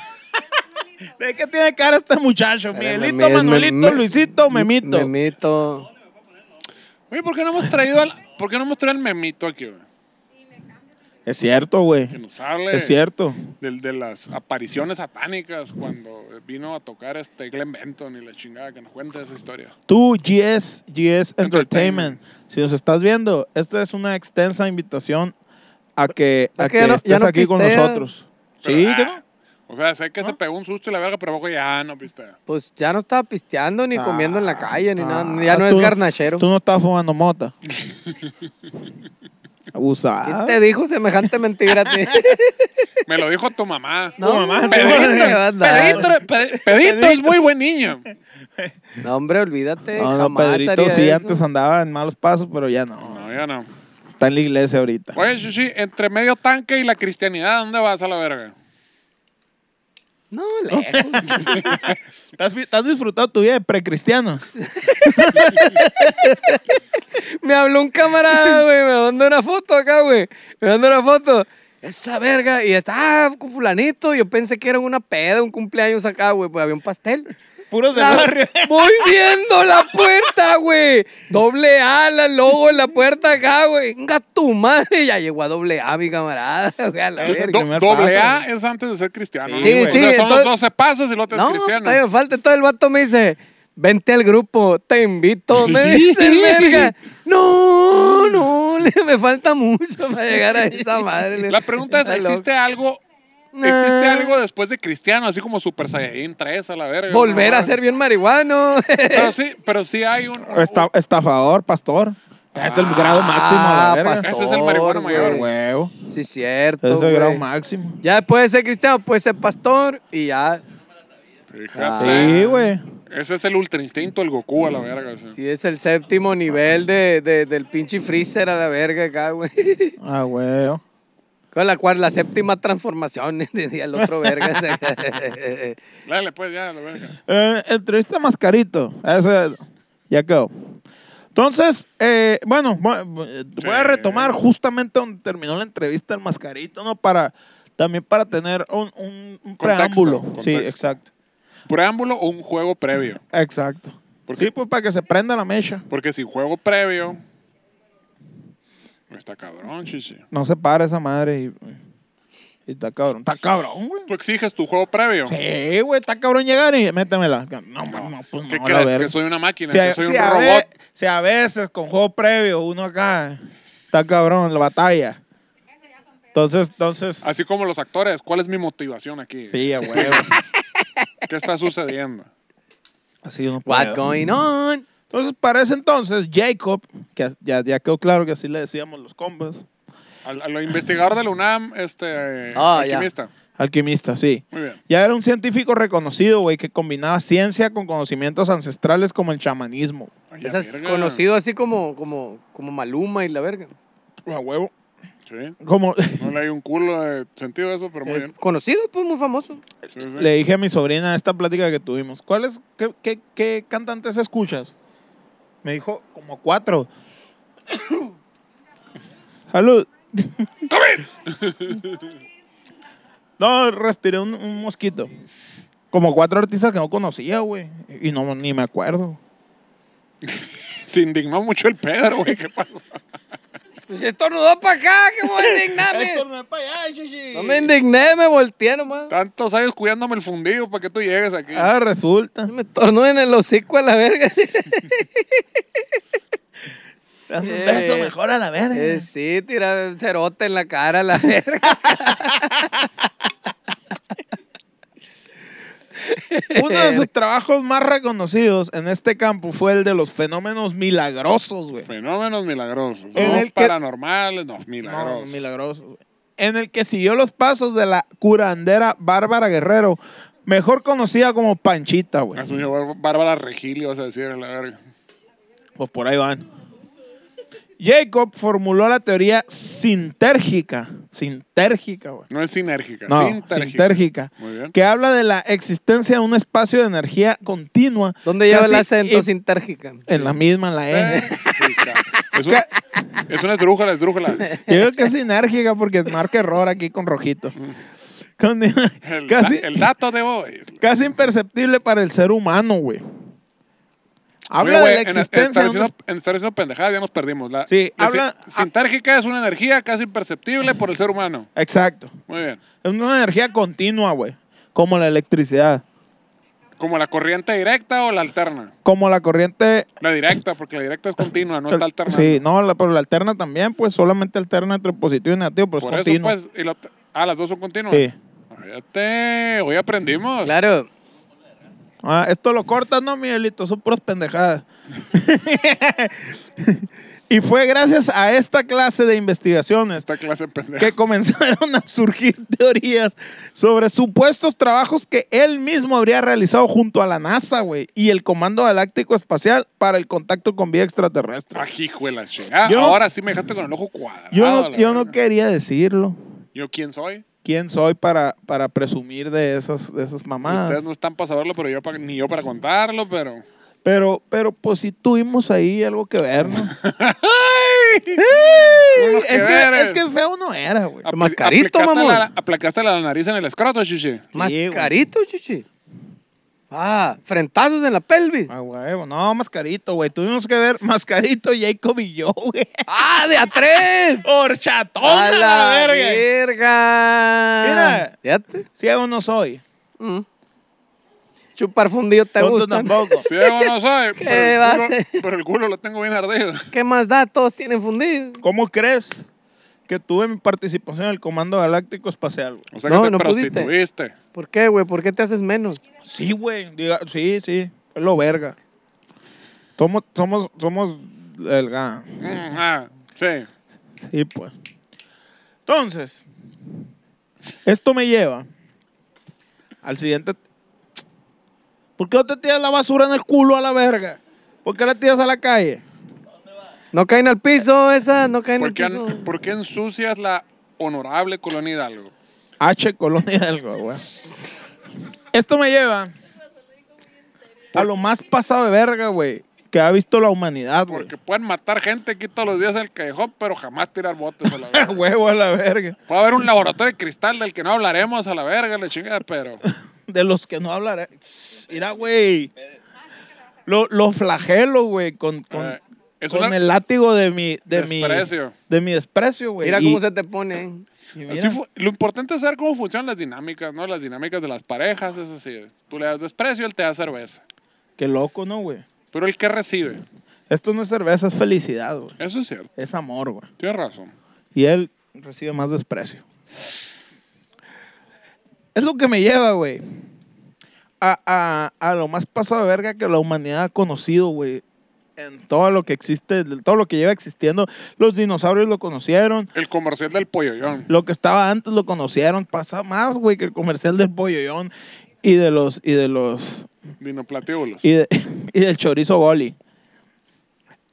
S2: ¿De qué tiene cara este muchacho? Miguelito,
S3: Espérame, me-
S2: Manuelito,
S3: me-
S2: Luisito,
S3: me-
S2: Memito.
S3: Memito.
S1: Oye, ¿por qué no hemos traído al, ¿por qué no hemos traído al memito aquí, güey?
S2: Es cierto, güey.
S1: Que nos hable
S2: Es cierto.
S1: del- de las apariciones satánicas cuando vino a tocar este Glenn Benton y la chingada que nos cuenta esa historia.
S2: Tú, GS, GS Entertainment,
S1: Entertainment.
S2: si nos estás viendo, esta es una extensa invitación a que, a
S3: ¿Por
S2: que
S3: qué ya no- ya
S2: estés
S3: no
S2: aquí con
S3: pisteas?
S2: nosotros.
S1: Pero,
S2: sí,
S1: ah,
S2: ¿qué no?
S1: O sea, sé que se pegó un susto y la verga, pero poco ya no, viste.
S3: Pues ya no estaba pisteando ni
S2: Ah,
S3: comiendo en la calle ni nada.
S2: ah,
S3: Ya no
S2: tú
S3: es garnachero.
S2: Tú no estás fumando mota. *laughs* Abusado. ah.
S3: ¿Quién te dijo semejante mentira
S2: *laughs*
S3: a ti?
S1: Me lo dijo tu mamá.
S3: *laughs* No,
S2: mamá,
S3: hombre,
S2: Pedrito,
S3: ¿qué va a andar?
S1: Pedrito, Pe- Pedrito es muy buen niño.
S3: No, hombre, olvídate.
S2: No, no,
S3: jamás
S2: Pedrito
S3: haría
S2: sí
S3: eso.
S2: antes andaba en malos pasos, pero ya no.
S1: No, yo no.
S2: Está en la iglesia ahorita.
S1: Oye, Shishi, entre medio tanque y la cristianidad, ¿dónde vas a la verga?
S3: No, lejos.
S2: ¿Has, vi- has disfrutado tu vida de
S3: *laughs*
S2: precristiano?
S3: Me habló un camarada, güey. Me mandó una foto acá, güey. Me mandó una foto. Esa verga. Y está ah, con fulanito. Yo pensé que era una peda, un cumpleaños acá, güey. Pues había un pastel.
S2: Puros de
S3: La- *laughs*
S2: barrio.
S3: Voy viendo la puerta, güey. Doble A, la logo en la puerta acá, güey. Venga tu madre. Ya llegó a doble A, mi camarada, *laughs* güey, a la
S2: Eso
S3: verga.
S1: Do-
S2: primer
S1: doble
S2: paso.
S1: A es antes de ser cristiano.
S2: Sí,
S1: ¿no?
S2: güey.
S1: O
S3: sí,
S1: sea, son los
S3: entonces-
S1: 12 pasos y el otro es
S3: No,
S1: cristiano.
S3: todavía me falta. Todo el vato me dice, vente al grupo, te
S1: *laughs*
S3: invito. Me dice el verga. No, no, le- me falta mucho para llegar a esa madre. le-
S1: La pregunta es,
S3: Está *laughs* loco.
S1: ¿existe algo,
S3: No.
S1: ¿existe algo después de Cristiano, así como Super Saiyajin 3 a la verga?
S3: Volver
S1: No,
S3: a
S1: no.
S3: ser
S1: *laughs*
S3: bien marihuano. *laughs*
S1: Pero sí, pero sí hay un...
S2: Esta- estafador, pastor. Es el grado máximo de la
S3: Ah,
S2: verga.
S3: pastor,
S1: Ese es el marihuano
S3: güey.
S1: mayor,
S2: Huevo.
S3: Sí, cierto.
S2: Ese es el grado
S3: güey.
S2: máximo.
S3: Ya después de ser cristiano, puede ser pastor y ya.
S1: Fíjate.
S3: Ah.
S2: Sí, güey.
S1: Ese es el ultra instinto, el Goku a la verga. sí.
S3: Si es el séptimo nivel de, de- del pinche freezer a la verga acá, güey. *laughs*
S2: Ah, güey.
S3: Con la cual la séptima transformación, *laughs* decía el otro
S1: *laughs*
S3: verga. ese.
S1: Dale, pues, ya, a la verga.
S2: Eh, entrevista más carito. Ese- ya quedó. Entonces, eh, bueno, voy, voy a
S1: Sí.
S2: retomar justamente donde terminó la entrevista el mascarito, ¿no? Para, también para tener un, un- un preámbulo. Sí,
S1: contexto.
S2: exacto.
S1: ¿Preámbulo o un juego previo?
S2: Exacto.
S1: ¿Por
S2: sí,
S1: qué?
S2: pues para que se prenda la mecha.
S1: Porque sin juego previo... Está cabrón, chichi.
S2: No se para esa madre y, y está cabrón. Está cabrón, güey.
S1: ¿Tú exiges tu juego previo?
S2: Sí, güey, está cabrón llegar y métemela. No, no, no, pues no.
S1: ¿Qué
S2: la
S1: crees?
S2: verga.
S1: ¿Que soy una máquina?
S2: Si a,
S1: ¿Que soy
S2: si
S1: un
S2: a ve-
S1: robot?
S2: si a veces con juego previo uno acá está cabrón la batalla. Entonces, entonces.
S1: Así como los actores, ¿cuál es mi motivación aquí?
S2: Sí, a huevo.
S1: ¿Qué está
S2: *laughs*
S1: sucediendo?
S2: Así uno
S3: What's
S2: puede.
S3: going on?
S2: Entonces, para ese entonces, Jacob, que ya, ya quedó claro que así le decíamos los combos,
S1: Al, al investigador de la UNAM, este.
S3: Ah,
S1: alquimista.
S2: alquimista, sí.
S1: Muy bien.
S2: Ya era un científico reconocido, güey, que combinaba ciencia con conocimientos ancestrales como el chamanismo.
S1: Ay,
S3: Esas
S1: verga.
S3: conocido así como, como, como Maluma y la verga.
S2: A huevo.
S1: Sí.
S2: Como
S1: No le hay un culo de sentido a eso, pero muy
S3: Eh,
S1: bien.
S3: conocido, pues muy famoso.
S1: Sí, sí.
S2: le dije a mi sobrina esta plática que tuvimos, ¿cuáles, qué, qué, qué cantantes escuchas? Me dijo como cuatro. *coughs* Salud. no, respiré un, un mosquito. Como cuatro artistas que no conocía, güey. Y no, ni me acuerdo.
S1: Se indignó mucho el Pedro, güey. ¿Qué pasa?
S3: Pues estornudó para acá, que me voy
S1: *laughs*
S3: a indignar, mi. No me indigné, me volteé nomás.
S1: Tantos años cuidándome el fundido para que tú llegues aquí.
S2: Ah, resulta.
S3: Me estornudé en el hocico a la verga.
S2: Dame un beso mejor a la verga.
S3: Eh, sí, tira un cerote en la cara a la *laughs* verga.
S2: Uno de sus trabajos más reconocidos en este campo fue el de los fenómenos milagrosos, güey.
S1: Fenómenos milagrosos.
S2: En
S1: No
S2: el que-
S1: paranormales, no,
S2: No,
S1: milagrosos.
S2: milagrosos, güey. En el que siguió los pasos de la curandera Bárbara Guerrero, mejor conocida como Panchita, güey.
S1: Asumió Bár- Bárbara Regilio, vas a decir, a la verga.
S2: Pues por ahí van. Jacob formuló la teoría sintérgica. Sintérgica, güey.
S1: No es sinérgica,
S2: No,
S1: sintérgica.
S2: sintérgica.
S1: Muy bien.
S2: Que habla de la existencia de un espacio de energía continua.
S3: ¿Dónde lleva el
S2: casi
S3: acento
S2: in-
S3: sintérgica?
S2: En la misma, en la E.
S3: *laughs*
S1: Sérgica. Es una, es una esdrújula,
S2: *laughs*
S1: esdrújula.
S2: Yo digo que es sinérgica porque marca error aquí con rojito. Con-
S1: Mm. *laughs* El, da-
S2: casi,
S1: el dato de hoy.
S2: casi imperceptible para el ser humano, güey. Habla
S1: Oye, güey,
S2: de
S1: en-
S2: la
S1: en
S2: existencia
S1: estar
S2: de unos-
S1: haciendo- En estar haciendo pendejadas ya nos perdimos. La,
S2: Sí,
S1: la
S2: habla- ah.
S1: sin- Sintérgica es una energía casi imperceptible por el ser humano.
S2: Exacto.
S1: Muy bien.
S2: Es una energía continua, güey. Como la electricidad.
S1: Como la corriente directa o la alterna.
S2: Como la corriente...
S1: La directa, porque la directa es continua, no está alternada.
S2: Sí, no, la- pero la alterna también, pues solamente alterna entre positivo y negativo, pero
S1: Por
S2: es
S1: eso,
S2: continua.
S1: pues. y la- ah, las dos son continuas.
S2: Sí.
S1: Fíjate, hoy aprendimos.
S3: Claro.
S2: Ah, esto lo cortas, no, Miguelito, son puras pendejadas. *laughs* y fue gracias a esta clase de investigaciones
S1: Esta clase de pendeja.
S2: que comenzaron a surgir teorías sobre supuestos trabajos que él mismo habría realizado junto a la NASA, güey, y el Comando Galáctico Espacial para el contacto con vida extraterrestre.
S1: Ah, hijo de la chingada.
S2: Yo no-
S1: Ahora sí me dejaste con el ojo cuadrado.
S2: Yo no,
S1: la
S2: yo no
S1: Ah, verga.
S2: quería decirlo.
S1: ¿Yo quién soy?
S2: ¿Quién soy para, para presumir de esas, de esas mamadas?
S1: Ustedes no están para saberlo, pero yo pa- ni yo para contarlo, *laughs* pero.
S2: Pero, pero pues sí tuvimos ahí algo que ver,
S1: *laughs*
S2: ¿no?
S1: Unos
S2: es, que,
S1: queveres.
S2: es que feo no era, güey.
S1: Apli-
S3: mascarito,
S1: aplicaste
S3: mamón.
S1: La, aplacaste la nariz en el escroto, chichi.
S3: Más
S2: güey.
S3: carito, chichi. Ah, frentazos en la pelvis.
S2: Ah, huevo. No, mascarito, güey. Tuvimos que ver mascarito, Jacob y yo, güey.
S3: ¡Ah, de a tres!
S2: *laughs* ¡Horchatón
S3: ¡A
S2: a la verga!
S3: verga!
S2: Mira.
S3: Fíjate.
S2: Ciego no soy.
S3: Mm. Chupar fundido te
S2: Tonto
S1: *laughs*
S3: gusta.
S2: tampoco.
S1: Ciego no soy, pero,
S3: *laughs* ¿Qué va a
S1: el culo,
S3: hacer?
S1: pero el culo lo tengo bien ardido.
S3: *laughs* ¿Qué más da? Todos tienen fundido.
S2: ¿Cómo crees que tuve mi participación en el Comando Galáctico Espacial, güey?
S1: O sea
S3: No,
S1: que te
S3: no pudiste.
S1: prostituiste.
S3: ¿Por qué, güey? ¿Por qué te haces menos?
S2: Sí, güey. Diga- Sí, sí. Es lo verga. Somos, somos, somos el ga-
S1: Mm, ah, sí.
S2: Sí, pues. Entonces, esto me lleva al siguiente. ¿Por qué no te tiras la basura en el culo a la verga? ¿Por qué la tiras a la calle?
S3: No caen al piso esas, pues, no caen
S1: ¿Por
S3: al
S1: qué,
S3: piso.
S1: an- por qué ensucias la honorable colonia Hidalgo?
S2: H Colonia algo, güey. Esto me lleva a lo más pasado de verga, güey, que ha visto la humanidad, güey.
S1: Porque pueden matar gente aquí todos los días en el callejón, pero jamás tirar botes a la verga.
S2: *laughs* Huevo a la verga.
S1: Puede haber un laboratorio de cristal del que no hablaremos a la verga, la chingada, pero.
S2: De los que no hablaré. Mira, güey. Lo, lo flagelo, güey, con, con,
S1: Eh, es
S2: con
S1: una-
S2: el látigo de mi, de mi
S1: Desprecio.
S2: De mi desprecio, güey.
S3: Mira
S2: Y-
S3: cómo se te pone.
S2: y mira,
S1: Así fu- lo importante es saber cómo funcionan las dinámicas, ¿no? Las dinámicas de las parejas, es así. Tú le das desprecio, él te da cerveza.
S2: Qué loco, ¿no, güey?
S1: Pero el que recibe,
S2: Esto no es cerveza, es felicidad, güey.
S1: eso es cierto.
S2: Es amor, güey.
S1: Tienes razón.
S2: Y él recibe más desprecio. Es lo que me lleva, güey. A, a- a lo más pasado de verga que la humanidad ha conocido, güey. En todo lo que existe, de todo lo que lleva existiendo. Los dinosaurios lo conocieron.
S1: El comercial del polloyón.
S2: Lo que estaba antes lo conocieron. Pasa más, güey, que el comercial del polloyón y de los, y de los,
S1: Dinoplatíbulos.
S2: y, de- *laughs* y del chorizo boli.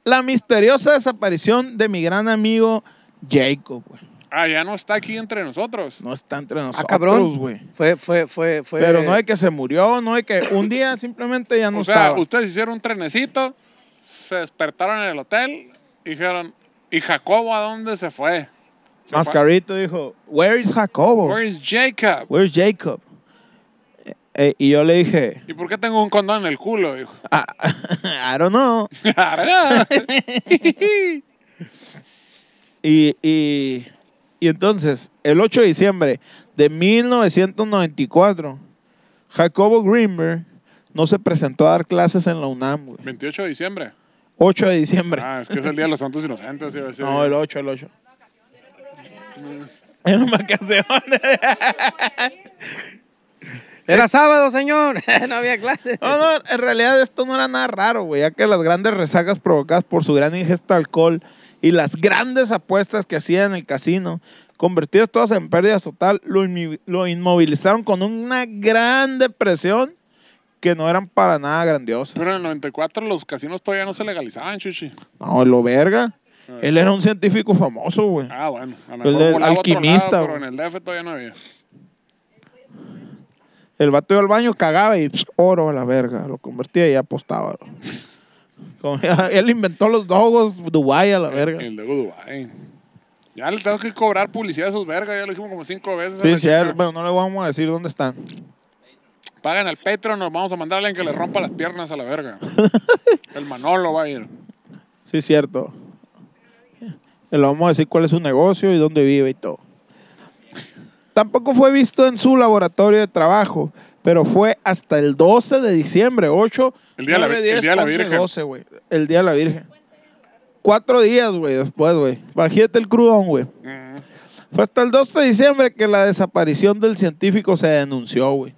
S2: La misteriosa desaparición de mi gran amigo Jacob, güey.
S1: Ah, ya no está aquí entre nosotros.
S2: No está entre
S3: Ah, cabrón.
S2: nosotros, güey.
S3: Fue, fue, fue, fue.
S2: Pero no es que se murió, no es que un día simplemente ya no
S1: o sea,
S2: estaba.
S1: ustedes hicieron un trenecito, se se despertaron en el hotel y dijeron, ¿y Jacobo a dónde se fue? Se fue-
S2: Mascarito dijo, Where is Jacobo?
S1: Where is Jacob?
S2: Where's Jacob? Eh, y yo le dije,
S1: ¿Y por qué tengo un condón en el culo?
S2: *laughs*
S1: Dijo. *laughs*
S2: "Ah, I don't know. Y, y, y entonces, el 8 de diciembre de 1994, Jacobo Greenberg no se presentó a dar clases en la UNAM, güey.
S1: 28 de diciembre.
S2: 8 de diciembre.
S1: Ah, es que es el Día de los Santos Inocentes. iba a decir.
S2: No, el 8, el 8. En una vacación. *laughs* eh.
S3: Era sábado, señor. *laughs* no había clases.
S2: No, no, en realidad esto no era nada raro, güey, ya que las grandes resagas provocadas por su gran ingesta de alcohol y las grandes apuestas que hacía en el casino, convertidas todas en pérdidas total, lo, inmi- lo inmovilizaron con una gran depresión que no eran para nada grandiosas.
S1: Pero en el 94 los casinos todavía no se legalizaban, chuchi.
S2: No, lo verga. Él era un científico famoso, güey.
S1: Ah, bueno. A lo
S2: Pues
S1: mejor
S2: el
S1: volaba a otro
S2: alquimista,
S1: lado, pero
S2: güey.
S1: en el DF todavía no había.
S2: El vato iba al baño, cagaba y pss, oro a la verga. Lo convertía y apostaba. güey. Como- *laughs* Él inventó los dogos, Dubai a la verga.
S1: El de Dubai. Ya le tengo que cobrar publicidad a esos vergas. Ya lo dijimos como cinco veces. a
S2: Sí,
S1: la
S2: sí,
S1: chingada.
S2: pero no le vamos a decir dónde están.
S1: Pagan al Patreon, nos vamos a mandar a alguien que le rompa las piernas a la
S2: *laughs*
S1: verga. el Manolo va a ir.
S2: Sí, cierto. Le vamos a decir cuál es su negocio y dónde vive y todo. Tampoco fue visto en su laboratorio de trabajo, pero fue hasta el 12 de diciembre, 8,
S1: El día de la vi- el día de la Virgen.
S2: 12, güey. El Día de la Virgen. Cuatro días, güey, después, güey. Bajete el crudón, güey.
S1: Mm.
S2: Fue hasta el 12 de diciembre que la desaparición del científico se denunció, güey.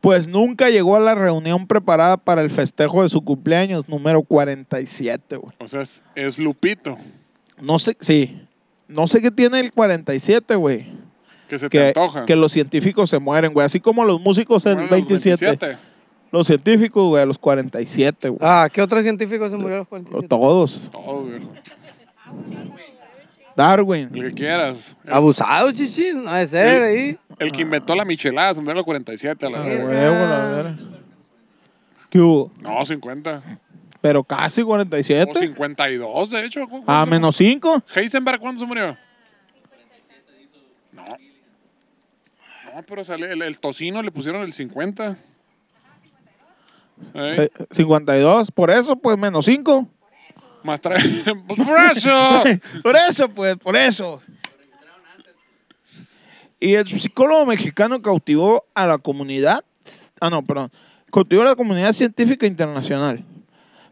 S2: Pues nunca llegó a la reunión preparada para el festejo de su cumpleaños número 47, güey.
S1: O sea, es, es Lupito.
S2: No sé, sí. No sé qué tiene el 47, güey.
S1: Que se te
S2: Que,
S1: antoja.
S2: que los científicos se mueren, güey. Así como los músicos en
S1: Bueno,
S2: el
S1: los
S2: 27. Los científicos, güey, a los 47, güey.
S3: Ah, ¿qué otro científico se murió a los
S2: Pero
S3: 47?
S2: Todos.
S1: Todo, güey.
S2: Darwin.
S1: El que quieras. El,
S3: Abusado, chichi. No debe ser ahí.
S1: el que inventó la michelada, se murió a los 47 a la
S2: Ah,
S1: verga.
S2: huevo, la verga. ¿Qué hubo?
S1: No, 50.
S2: Pero casi
S1: O
S2: 47.
S1: 52, de hecho. ¿cu- cuándo se-
S2: A Ah, menos 5.
S1: Heisenberg, ¿cuándo se murió? No. No, pero sale el, el tocino le pusieron el 50. Ey,
S2: Se- 52, por eso, pues menos 5.
S1: Más trae. *laughs* Pues por eso.
S2: *laughs* Por eso, pues, por eso. Y el psicólogo mexicano cautivó a la comunidad, ah, no, perdón, cautivó a la comunidad científica internacional.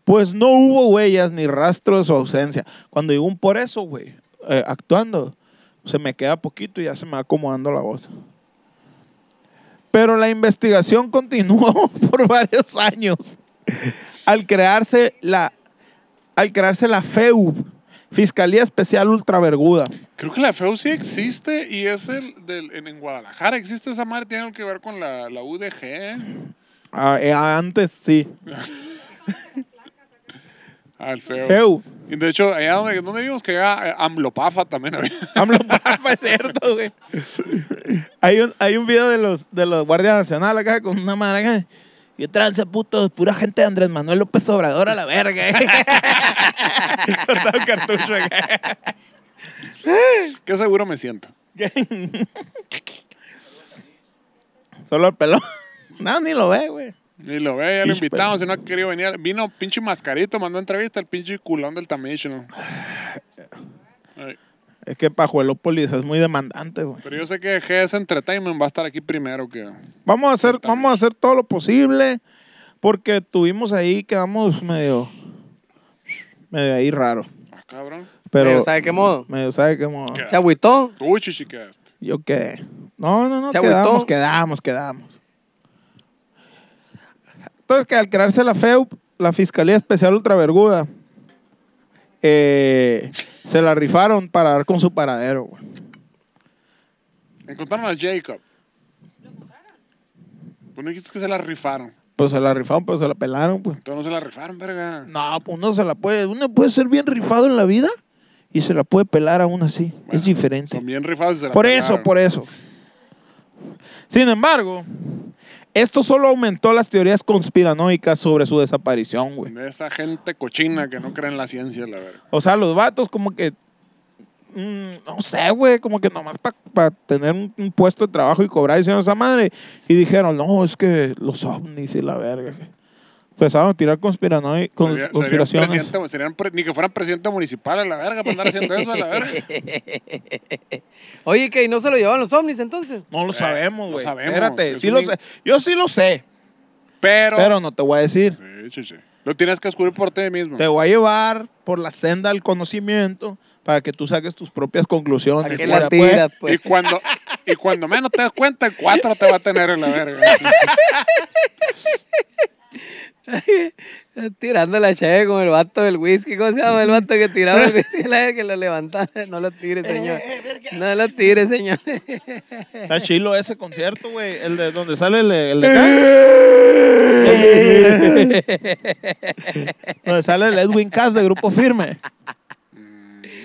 S2: Pues no hubo huellas ni rastro de su ausencia. Cuando digo un por eso, güey, eh, actuando, se me queda poquito y ya se me va acomodando la voz. Pero la investigación *laughs* continuó por varios años. Al crearse la, al crearse la FEUB, Fiscalía Especial Ultraverguda.
S1: Creo que la FEU sí existe y es el del. En, en Guadalajara existe esa madre, tiene algo que ver con la, la UDG. ¿eh?
S2: Ah, eh, antes sí.
S1: Ah, el FEU.
S2: FEU.
S1: Y de hecho, allá donde, donde vimos que era eh, Amlopafa también había. *laughs*
S2: *laughs* AMLO Papa, es pues, cierto, güey. Hay un, hay un video de los, de los Guardias Nacional acá con una madre acá. Y trance, puto, pura gente de Andrés Manuel López Obrador a la verga. eh. *laughs* Cortado el cartucho acá.
S1: Qué seguro me siento.
S2: Solo el pelón. *laughs* No, ni lo ve, güey.
S1: Y lo ve, ya lo
S2: Pinche
S1: invitamos, si no ha querido venir. Vino pinche mascarito, mandó entrevista al pinche culón del Tamish,
S2: Es que Pajuelópolis es muy demandante, güey.
S1: Pero yo sé que GS Entertainment va a estar aquí primero que. ah,
S2: Vamos a hacer, vamos a hacer todo lo posible porque tuvimos ahí, quedamos medio, medio ahí raro.
S1: Ah, cabrón.
S2: Pero,
S3: Pero, ¿sabe qué modo?
S2: medio sabe cómo.
S1: ¿Qué?
S3: Se agüitó.
S1: Tú, chichi, quedaste.
S2: Yo qué. No, no, no,
S3: ¿Se
S2: quedamos,
S3: agüitó?
S2: quedamos, quedamos. Entonces, que al crearse la FEUP, la Fiscalía Especial Ultraverguda, eh, se la rifaron para dar con su paradero, güey.
S1: Encontraron a Jacob. Pues no dijiste que se la rifaron.
S2: Pues se la rifaron, pero se la pelaron, pues.
S1: Entonces no se la rifaron, verga.
S2: No, pues uno se la puede, uno puede ser bien rifado en la vida y se la puede pelar aún así.
S1: Bueno,
S2: es diferente.
S1: Son bien rifados y se la
S2: Por
S1: pelaron.
S2: eso, por eso. Sin embargo, Esto solo aumentó las teorías conspiranoicas sobre su desaparición, güey.
S1: De esa gente cochina que no cree en la ciencia, la verdad.
S2: O sea, los vatos como que... mm, no sé, güey, como que nomás para tener un, un puesto de trabajo y cobrar, hicieron esa madre. Y dijeron, no, es que los ovnis y la verga. Empezaron a tirar conspiranoicas,
S1: Sería- serían
S2: conspiraciones.
S1: presidente- serían pre- ni que fueran presidente municipal a la verga para
S2: *laughs*
S1: andar haciendo eso a la verga.
S3: Oye, que ¿y no se lo llevaban los ovnis entonces?
S2: No Eh, lo sabemos,
S1: no
S2: güey.
S1: sabemos.
S2: Espérate,
S1: Es
S2: sí
S1: un
S2: lo
S1: in-
S2: sé. Yo sí lo sé,
S1: Pero.
S2: pero no te voy a decir.
S1: Sí, sí, sí. Lo tienes que descubrir por ti mismo.
S2: Te voy a llevar por la senda del conocimiento para que tú saques tus propias conclusiones.
S3: ¿A qué la
S2: Fuera, pues.
S3: tiras,
S1: Y
S3: pues?
S1: cuando, y cuando menos te das cuenta, en cuatro te va a tener en la
S2: *laughs*
S1: verga.
S3: pues. Tirando la cheve con el vato del whisky. ¿Cómo se llama el vato que tiraba el whisky? *laughs* La que lo levantaba. *laughs* No lo tire, señor. No lo tire,
S2: *laughs*
S3: señor. *laughs*
S2: Está chilo ese concierto, güey. El de donde sale el, de- el
S3: *laughs*
S2: de acá.
S3: *laughs*
S2: donde sale el Edwin Cass de Grupo Firme.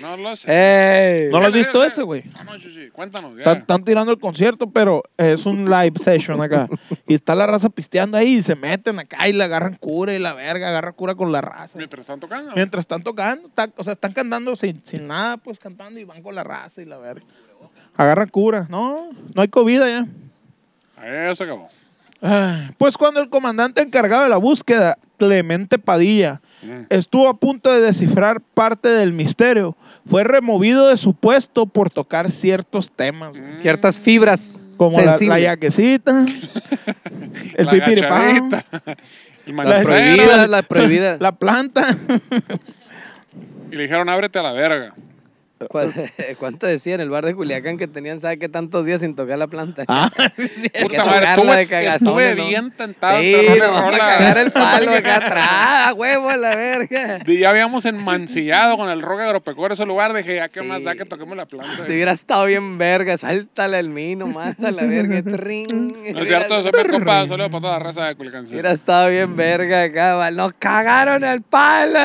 S1: No lo sé.
S3: ¡Ey!
S2: No lo has
S1: Ya,
S2: visto
S1: ya, ya.
S2: ese, güey.
S1: No, sí, sí. Cuéntanos. ya.
S2: Están, están tirando el concierto, pero es un live session acá. Y está la raza pisteando ahí y se meten acá y le agarran cura y la verga, agarran cura con la raza.
S1: Mientras están tocando.
S2: Mientras están tocando, ta- o sea, están cantando sin, sin nada, pues cantando y van con la raza y la verga. Agarran cura. No, no hay COVID ya.
S1: Ahí se acabó.
S2: Ay, Pues cuando el comandante encargado de la búsqueda, Clemente Padilla,
S1: Mm.
S2: estuvo a punto de descifrar parte del misterio, fue removido de su puesto por tocar ciertos temas, güey.
S3: Ciertas fibras.
S2: como la, la
S3: sensibles.
S1: *laughs*
S2: yaquecita, el
S1: La
S2: pipiripán, *laughs*
S1: *laughs* gacharrita, El
S3: Las
S1: manicero,
S3: prohibidas, las prohibidas.
S2: la planta.
S1: Y le dijeron, ábrete a la verga.
S3: ¿Cuál- *laughs* ¿Cuánto decía en el bar de Culiacán que tenían, sabe qué, tantos días sin tocar la planta?
S2: Ah,
S3: Hay que
S1: Puta madre,
S3: tocarla
S1: estuve-
S3: de cagazón,
S1: estuve
S3: ¿no?
S1: bien tentado
S3: Sí,
S1: de tocarle
S3: nos vamos a
S1: rola.
S3: cagar el palo acá atrás, a huevo, a la verga.
S1: Y Ya habíamos enmancillado con el rock agropecuario ese lugar. Dije, ya qué
S3: Sí.
S1: más da que toquemos la planta.
S3: Si hubiera estado bien verga, suéltale el mino, más a la verga. trin.
S1: No es cierto, soy mi compa. Saludos para toda la raza de Culiacán.
S3: Si hubiera estado bien verga acá, va, nos cagaron el palo.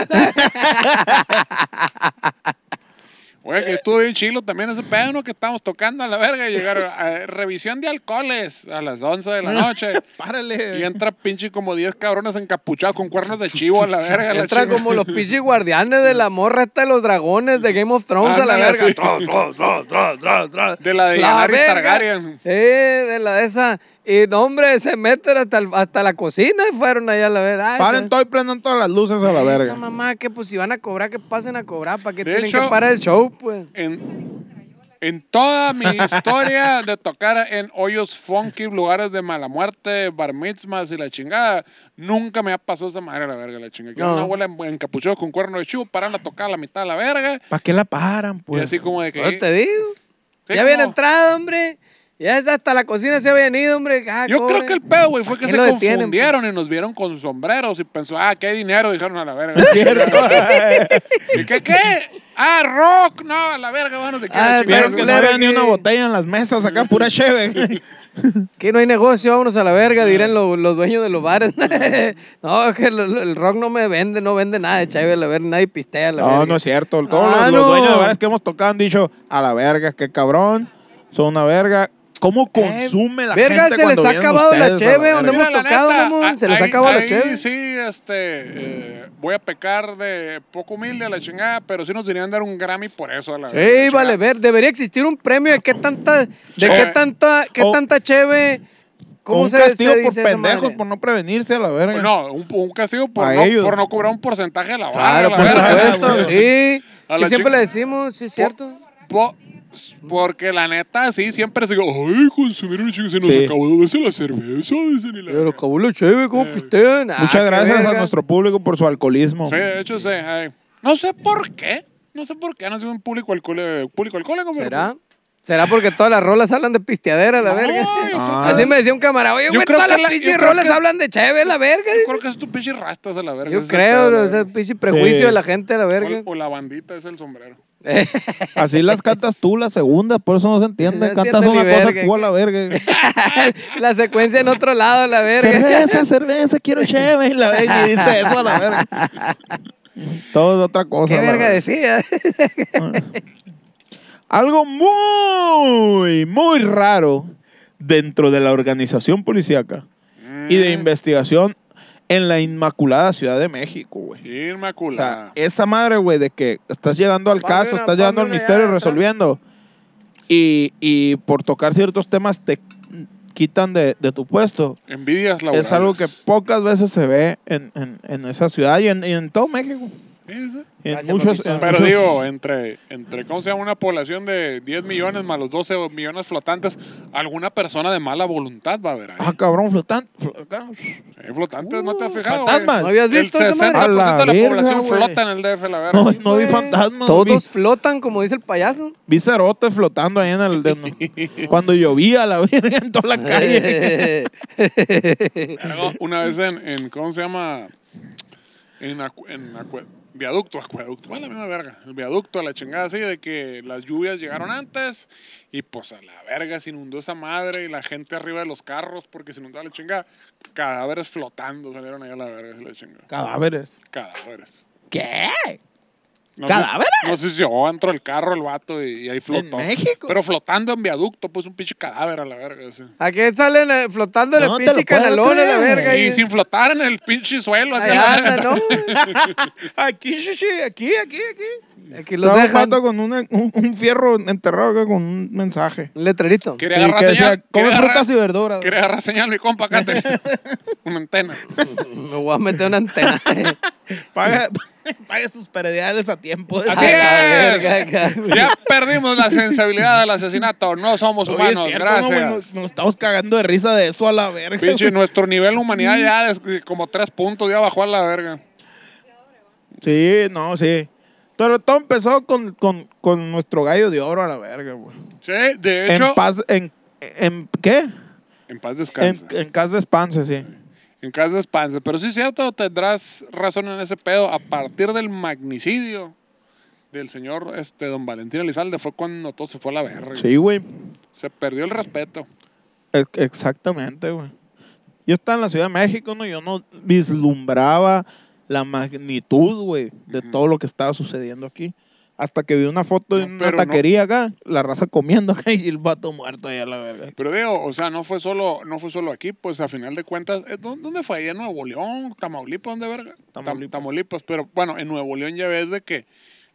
S1: Oye, que estuvo bien chilo también ese pedo, ¿no? Que estábamos tocando a la verga y llegaron a revisión de alcoholes a las 11 de la noche.
S2: *laughs* Párale.
S1: Y entra pinche como 10 cabrones encapuchados con cuernos de chivo a la
S2: *laughs*
S1: verga. a la
S3: Entra
S1: chinga.
S3: como los pinches guardianes de la morra esta de los dragones de Game of Thrones a la
S1: Ándale,
S3: verga.
S1: sí.
S3: Tro, tro, tro, tro, tro, tro.
S1: De la de
S3: La
S1: Yanaris
S3: verga.
S1: Targaryen.
S3: Sí, de la de esa. Y no, hombre, se meten hasta, el- hasta la cocina y fueron allá a la verga. Ay,
S2: Paren
S3: se-
S2: todo y prendan todas las luces a la
S3: Esa
S2: verga.
S3: mamá que pues si van a cobrar, que pasen a cobrar, para que
S1: De
S3: tienen
S1: hecho-
S3: que parar el show, pues.
S1: En, en toda mi historia de tocar en hoyos funky, lugares de mala muerte, bar mitzvahs y la chingada, nunca me ha pasado esa madre a la verga, la chingada. Que
S3: No.
S1: una abuela en- encapuchada con cuernos de chivo paran a tocar a la mitad de la verga.
S2: ¿Para qué la paran,
S1: Y
S2: pues?
S1: así
S2: *laughs*
S1: como de que...
S3: Yo te digo.
S1: Sí,
S3: ya habían
S1: como-
S3: entrado, hombre. Ya es hasta la cocina se habían ido, hombre. Ah,
S1: Yo creo
S3: cobren.
S1: que el pedo, güey, fue
S3: ¿Para
S1: que
S3: qué
S1: se
S3: lo detienen,
S1: confundieron y nos vieron con sombreros y pensó, ah, qué dinero, dijeron a la
S3: *laughs*
S1: verga. *laughs* ¿Y qué qué? Ah, rock, no, a la verga, bueno, te quiero
S3: Ah,
S2: Vieron que no
S3: Claro
S2: había ni
S3: que-
S2: una botella en las mesas acá, pura cheve.
S3: Que no hay negocio, vámonos a la verga,
S1: Eh.
S3: dirán lo- los, dueños de los bares. *laughs* no, que lo- lo- el rock no me vende, no vende nada
S1: Mm.
S3: de chave, a la verga, nadie pistea, a *laughs* la verga.
S2: No, no es cierto. Todos
S3: Ah,
S2: los, los
S3: no.
S2: dueños de bares que hemos tocado han dicho, a la verga, qué cabrón, son una verga. ¿Cómo consume la
S3: Eh, verga,
S2: gente
S3: se
S2: cuando
S3: les ha
S2: vienen
S3: acabado la
S2: ustedes a
S3: cheve,
S2: verga?
S3: donde hemos- tocado, mamón, se les
S1: ahí-
S3: acabó la
S1: ahí
S3: cheve.
S1: Sí, este, eh, voy a pecar de poco humilde a la chingada, pero sí nos deberían dar un Grammy por eso a la verga.
S3: Ey,
S1: la
S3: vale,
S1: chingada.
S3: ver, debería existir un premio de qué tanta, de qué
S1: Sí.
S3: tanta, qué
S2: O-
S3: tanta cheve. ¿Cómo
S2: Oh. un
S3: se,
S2: castigo
S3: se
S2: por
S3: dice esa
S2: pendejos,
S3: madre?
S2: por no prevenirse a la verga.
S1: Pues No, un, un castigo por
S2: A
S1: no,
S2: ellos.
S1: por no cobrar un porcentaje de la barra.
S3: Claro, por
S1: Ah, la verga.
S3: supuesto,
S2: güey.
S3: sí.
S1: A
S3: Y
S1: la
S3: siempre
S1: chica- Oh.
S3: le decimos, sí, es cierto.
S1: Po- porque la neta, sí, siempre se digo, ay, consumieron chicos, se nos
S2: Sí.
S1: acabó dos veces la cerveza, dicen, y la
S3: Pero
S1: verga".
S3: cabulo cheve,
S1: Eh.
S3: ¿cómo pistean? Ah,
S2: Muchas
S3: qué
S2: gracias a
S3: verga.
S2: nuestro público por su alcoholismo.
S1: Sí, de hecho, sí. ay. No sé por qué, no sé por qué, no soy un público alcohólico, público alcohólico pero- pues,
S3: ¿Será? ¿Será porque todas las rolas hablan de pisteadera, la
S1: No,
S3: verga?
S1: yo creo
S2: Ah.
S1: que-
S3: Así me decía un camarada, oye,
S1: Yo
S3: güey,
S1: creo
S3: todas
S1: que la-
S3: las
S1: yo
S3: pinches
S1: creo
S3: rolas
S1: que-
S3: hablan de cheve, la verga.
S1: Yo creo que es tu pinche rastas a la verga.
S3: Yo
S1: ese pedo,
S3: creo,
S1: la
S3: o sea,
S1: verga.
S3: pinche prejuicio
S2: Sí.
S3: de la gente, la verga.
S1: O, o la bandita es el sombrero.
S2: Así las cantas tú, la segunda, por eso no se entiende.
S3: No
S2: Cantas
S3: entiendo
S2: una
S3: ni
S2: cosa
S3: *laughs* verga.
S2: tú a la verga.
S3: *laughs* la secuencia en otro lado, la verga.
S2: cerveza, cerveza, quiero cheve. Y la verga y dice eso a la verga.
S3: *laughs*
S2: Todo es otra cosa.
S3: ¿Qué
S2: la
S3: verga
S2: verga.
S3: decía?
S2: Algo muy, muy raro dentro de la organización policíaca
S1: Mm,
S2: y de
S3: Mm.
S2: investigación en la Inmaculada Ciudad de México, güey. O sea,
S1: Inmaculada.
S2: esa madre, güey, de que estás llegando al
S3: Ponme
S2: caso,
S3: una-
S2: estás llegando al
S3: ponme una
S2: misterio y
S3: ya atrás.
S2: resolviendo. Y, y por tocar ciertos temas te quitan de, de tu puesto.
S1: Envidias laborales.
S2: Es algo que pocas veces se ve en, en- en esa ciudad y en, y en todo México.
S1: Sí, sí.
S2: En
S3: Gracias,
S2: muchos,
S3: profesor.
S2: en
S1: *laughs* Pero
S2: muchos-
S1: digo, entre, entre, ¿cómo se llama? Una población de 10 millones más los 12 millones flotantes, alguna persona de mala voluntad va a haber ahí.
S2: Ah, cabrón, flotante. flo- acá.
S1: Eh, flotantes, ¿no te has
S2: Uh,
S1: fijado? güey?
S2: fantasmas.
S3: ¿No habías visto
S1: El
S3: esa
S1: 60%
S3: madre?
S1: de la,
S2: A la
S1: población
S2: verga, güey.
S1: flota en el DF, la verga.
S2: No, no vi
S3: güey.
S2: fantasmas. vi-
S3: Todos flotan, como dice
S1: *laughs*
S3: el payaso.
S2: Vi cerotes flotando ahí en el. *laughs* de- cuando llovía la verga en toda la
S3: *laughs*
S2: calle.
S1: Luego, Una vez en, en, ¿cómo se llama? En, acu- en acue- viaducto, acueducto, bueno, la misma verga. El viaducto, la chingada así, de que las lluvias llegaron antes y pues a la verga se inundó esa madre y la gente arriba de los carros porque se inundó la chingada. Cadáveres flotando salieron ahí a la verga, se la chingada.
S2: Cadáveres.
S1: Cadáveres.
S2: ¿Qué?
S1: No
S2: ¿Cadáveres?
S1: Sé, no sé si yo entro el carro el vato y, y ahí flotó.
S2: México?
S1: Pero flotando en viaducto, pues un pinche cadáver a la verga. Así.
S3: Aquí salen eh, flotando
S2: No
S3: el
S2: te
S3: pinche
S2: lo puedo
S3: canalón a la
S2: creer.
S3: verga.
S1: Y
S3: Y
S1: sin flotar en el pinche suelo. así,
S3: Ahí
S1: a la
S3: anda,
S1: verga.
S3: ¿no?
S1: *laughs*
S2: Aquí, sí, sí, aquí, aquí, aquí.
S3: Aquí los
S2: Estaba un
S3: dejan.
S2: pato con una- un, un fierro enterrado acá con un mensaje.
S3: Un letrerito.
S1: Quiere
S2: Sí,
S1: agarrar
S2: que decía,
S1: señal.
S2: come
S1: quiere agarrar-
S2: frutas y verduras.
S1: Quiere agarrar señal, mi compa, acá
S2: *laughs*
S1: te- Una antena.
S3: Me voy a meter
S1: *laughs*
S3: una antena.
S2: Paga, *laughs* paga sus prediales a tiempo.
S1: Así
S3: *laughs* A la
S1: es.
S3: verga, acá,
S1: *laughs*
S3: güey.
S1: Ya perdimos la sensibilidad al asesinato. No somos
S2: Oye,
S1: humanos.
S2: es cierto, ¿no, güey?
S1: gracias.
S2: nos, nos estamos cagando de risa de eso a la verga.
S1: Pinche,
S2: güey.
S1: nuestro nivel de humanidad ya es
S2: Mm.
S1: de como tres puntos, ya bajó a la verga.
S2: Sí, no, sí. Pero todo empezó con, con, con nuestro gallo de oro a la verga, güey.
S1: Sí, de hecho.
S2: En paz, en, en ¿qué?
S1: en paz
S2: En,
S1: descansa. En,
S2: en casa de Spance, sí.
S1: casa descansa. Pero sí es cierto, tendrás razón en ese pedo. A partir del magnicidio del señor este, don Valentín Elizalde fue cuando todo se fue a la verga.
S2: Sí, güey.
S1: Se perdió el respeto.
S2: Ex- Exactamente, güey. Yo estaba en la Ciudad de México, ¿no? Yo no vislumbraba la magnitud, güey, de
S1: Ujú.
S2: todo lo que estaba sucediendo aquí. Hasta que vi una foto de
S1: No,
S2: una
S1: pero no.
S2: taquería acá, la raza comiendo *laughs* acá y el vato muerto allá, la verga.
S1: Pero digo, o sea, no fue solo, no fue solo aquí, pues a final de cuentas, eh, ¿dó- ¿dónde fue? Allá en Nuevo León, Tamaulipas, ¿dónde verga? Tam-
S2: Tamaulipas.
S1: Tamaulipas. Pero bueno, en Nuevo León ya ves de que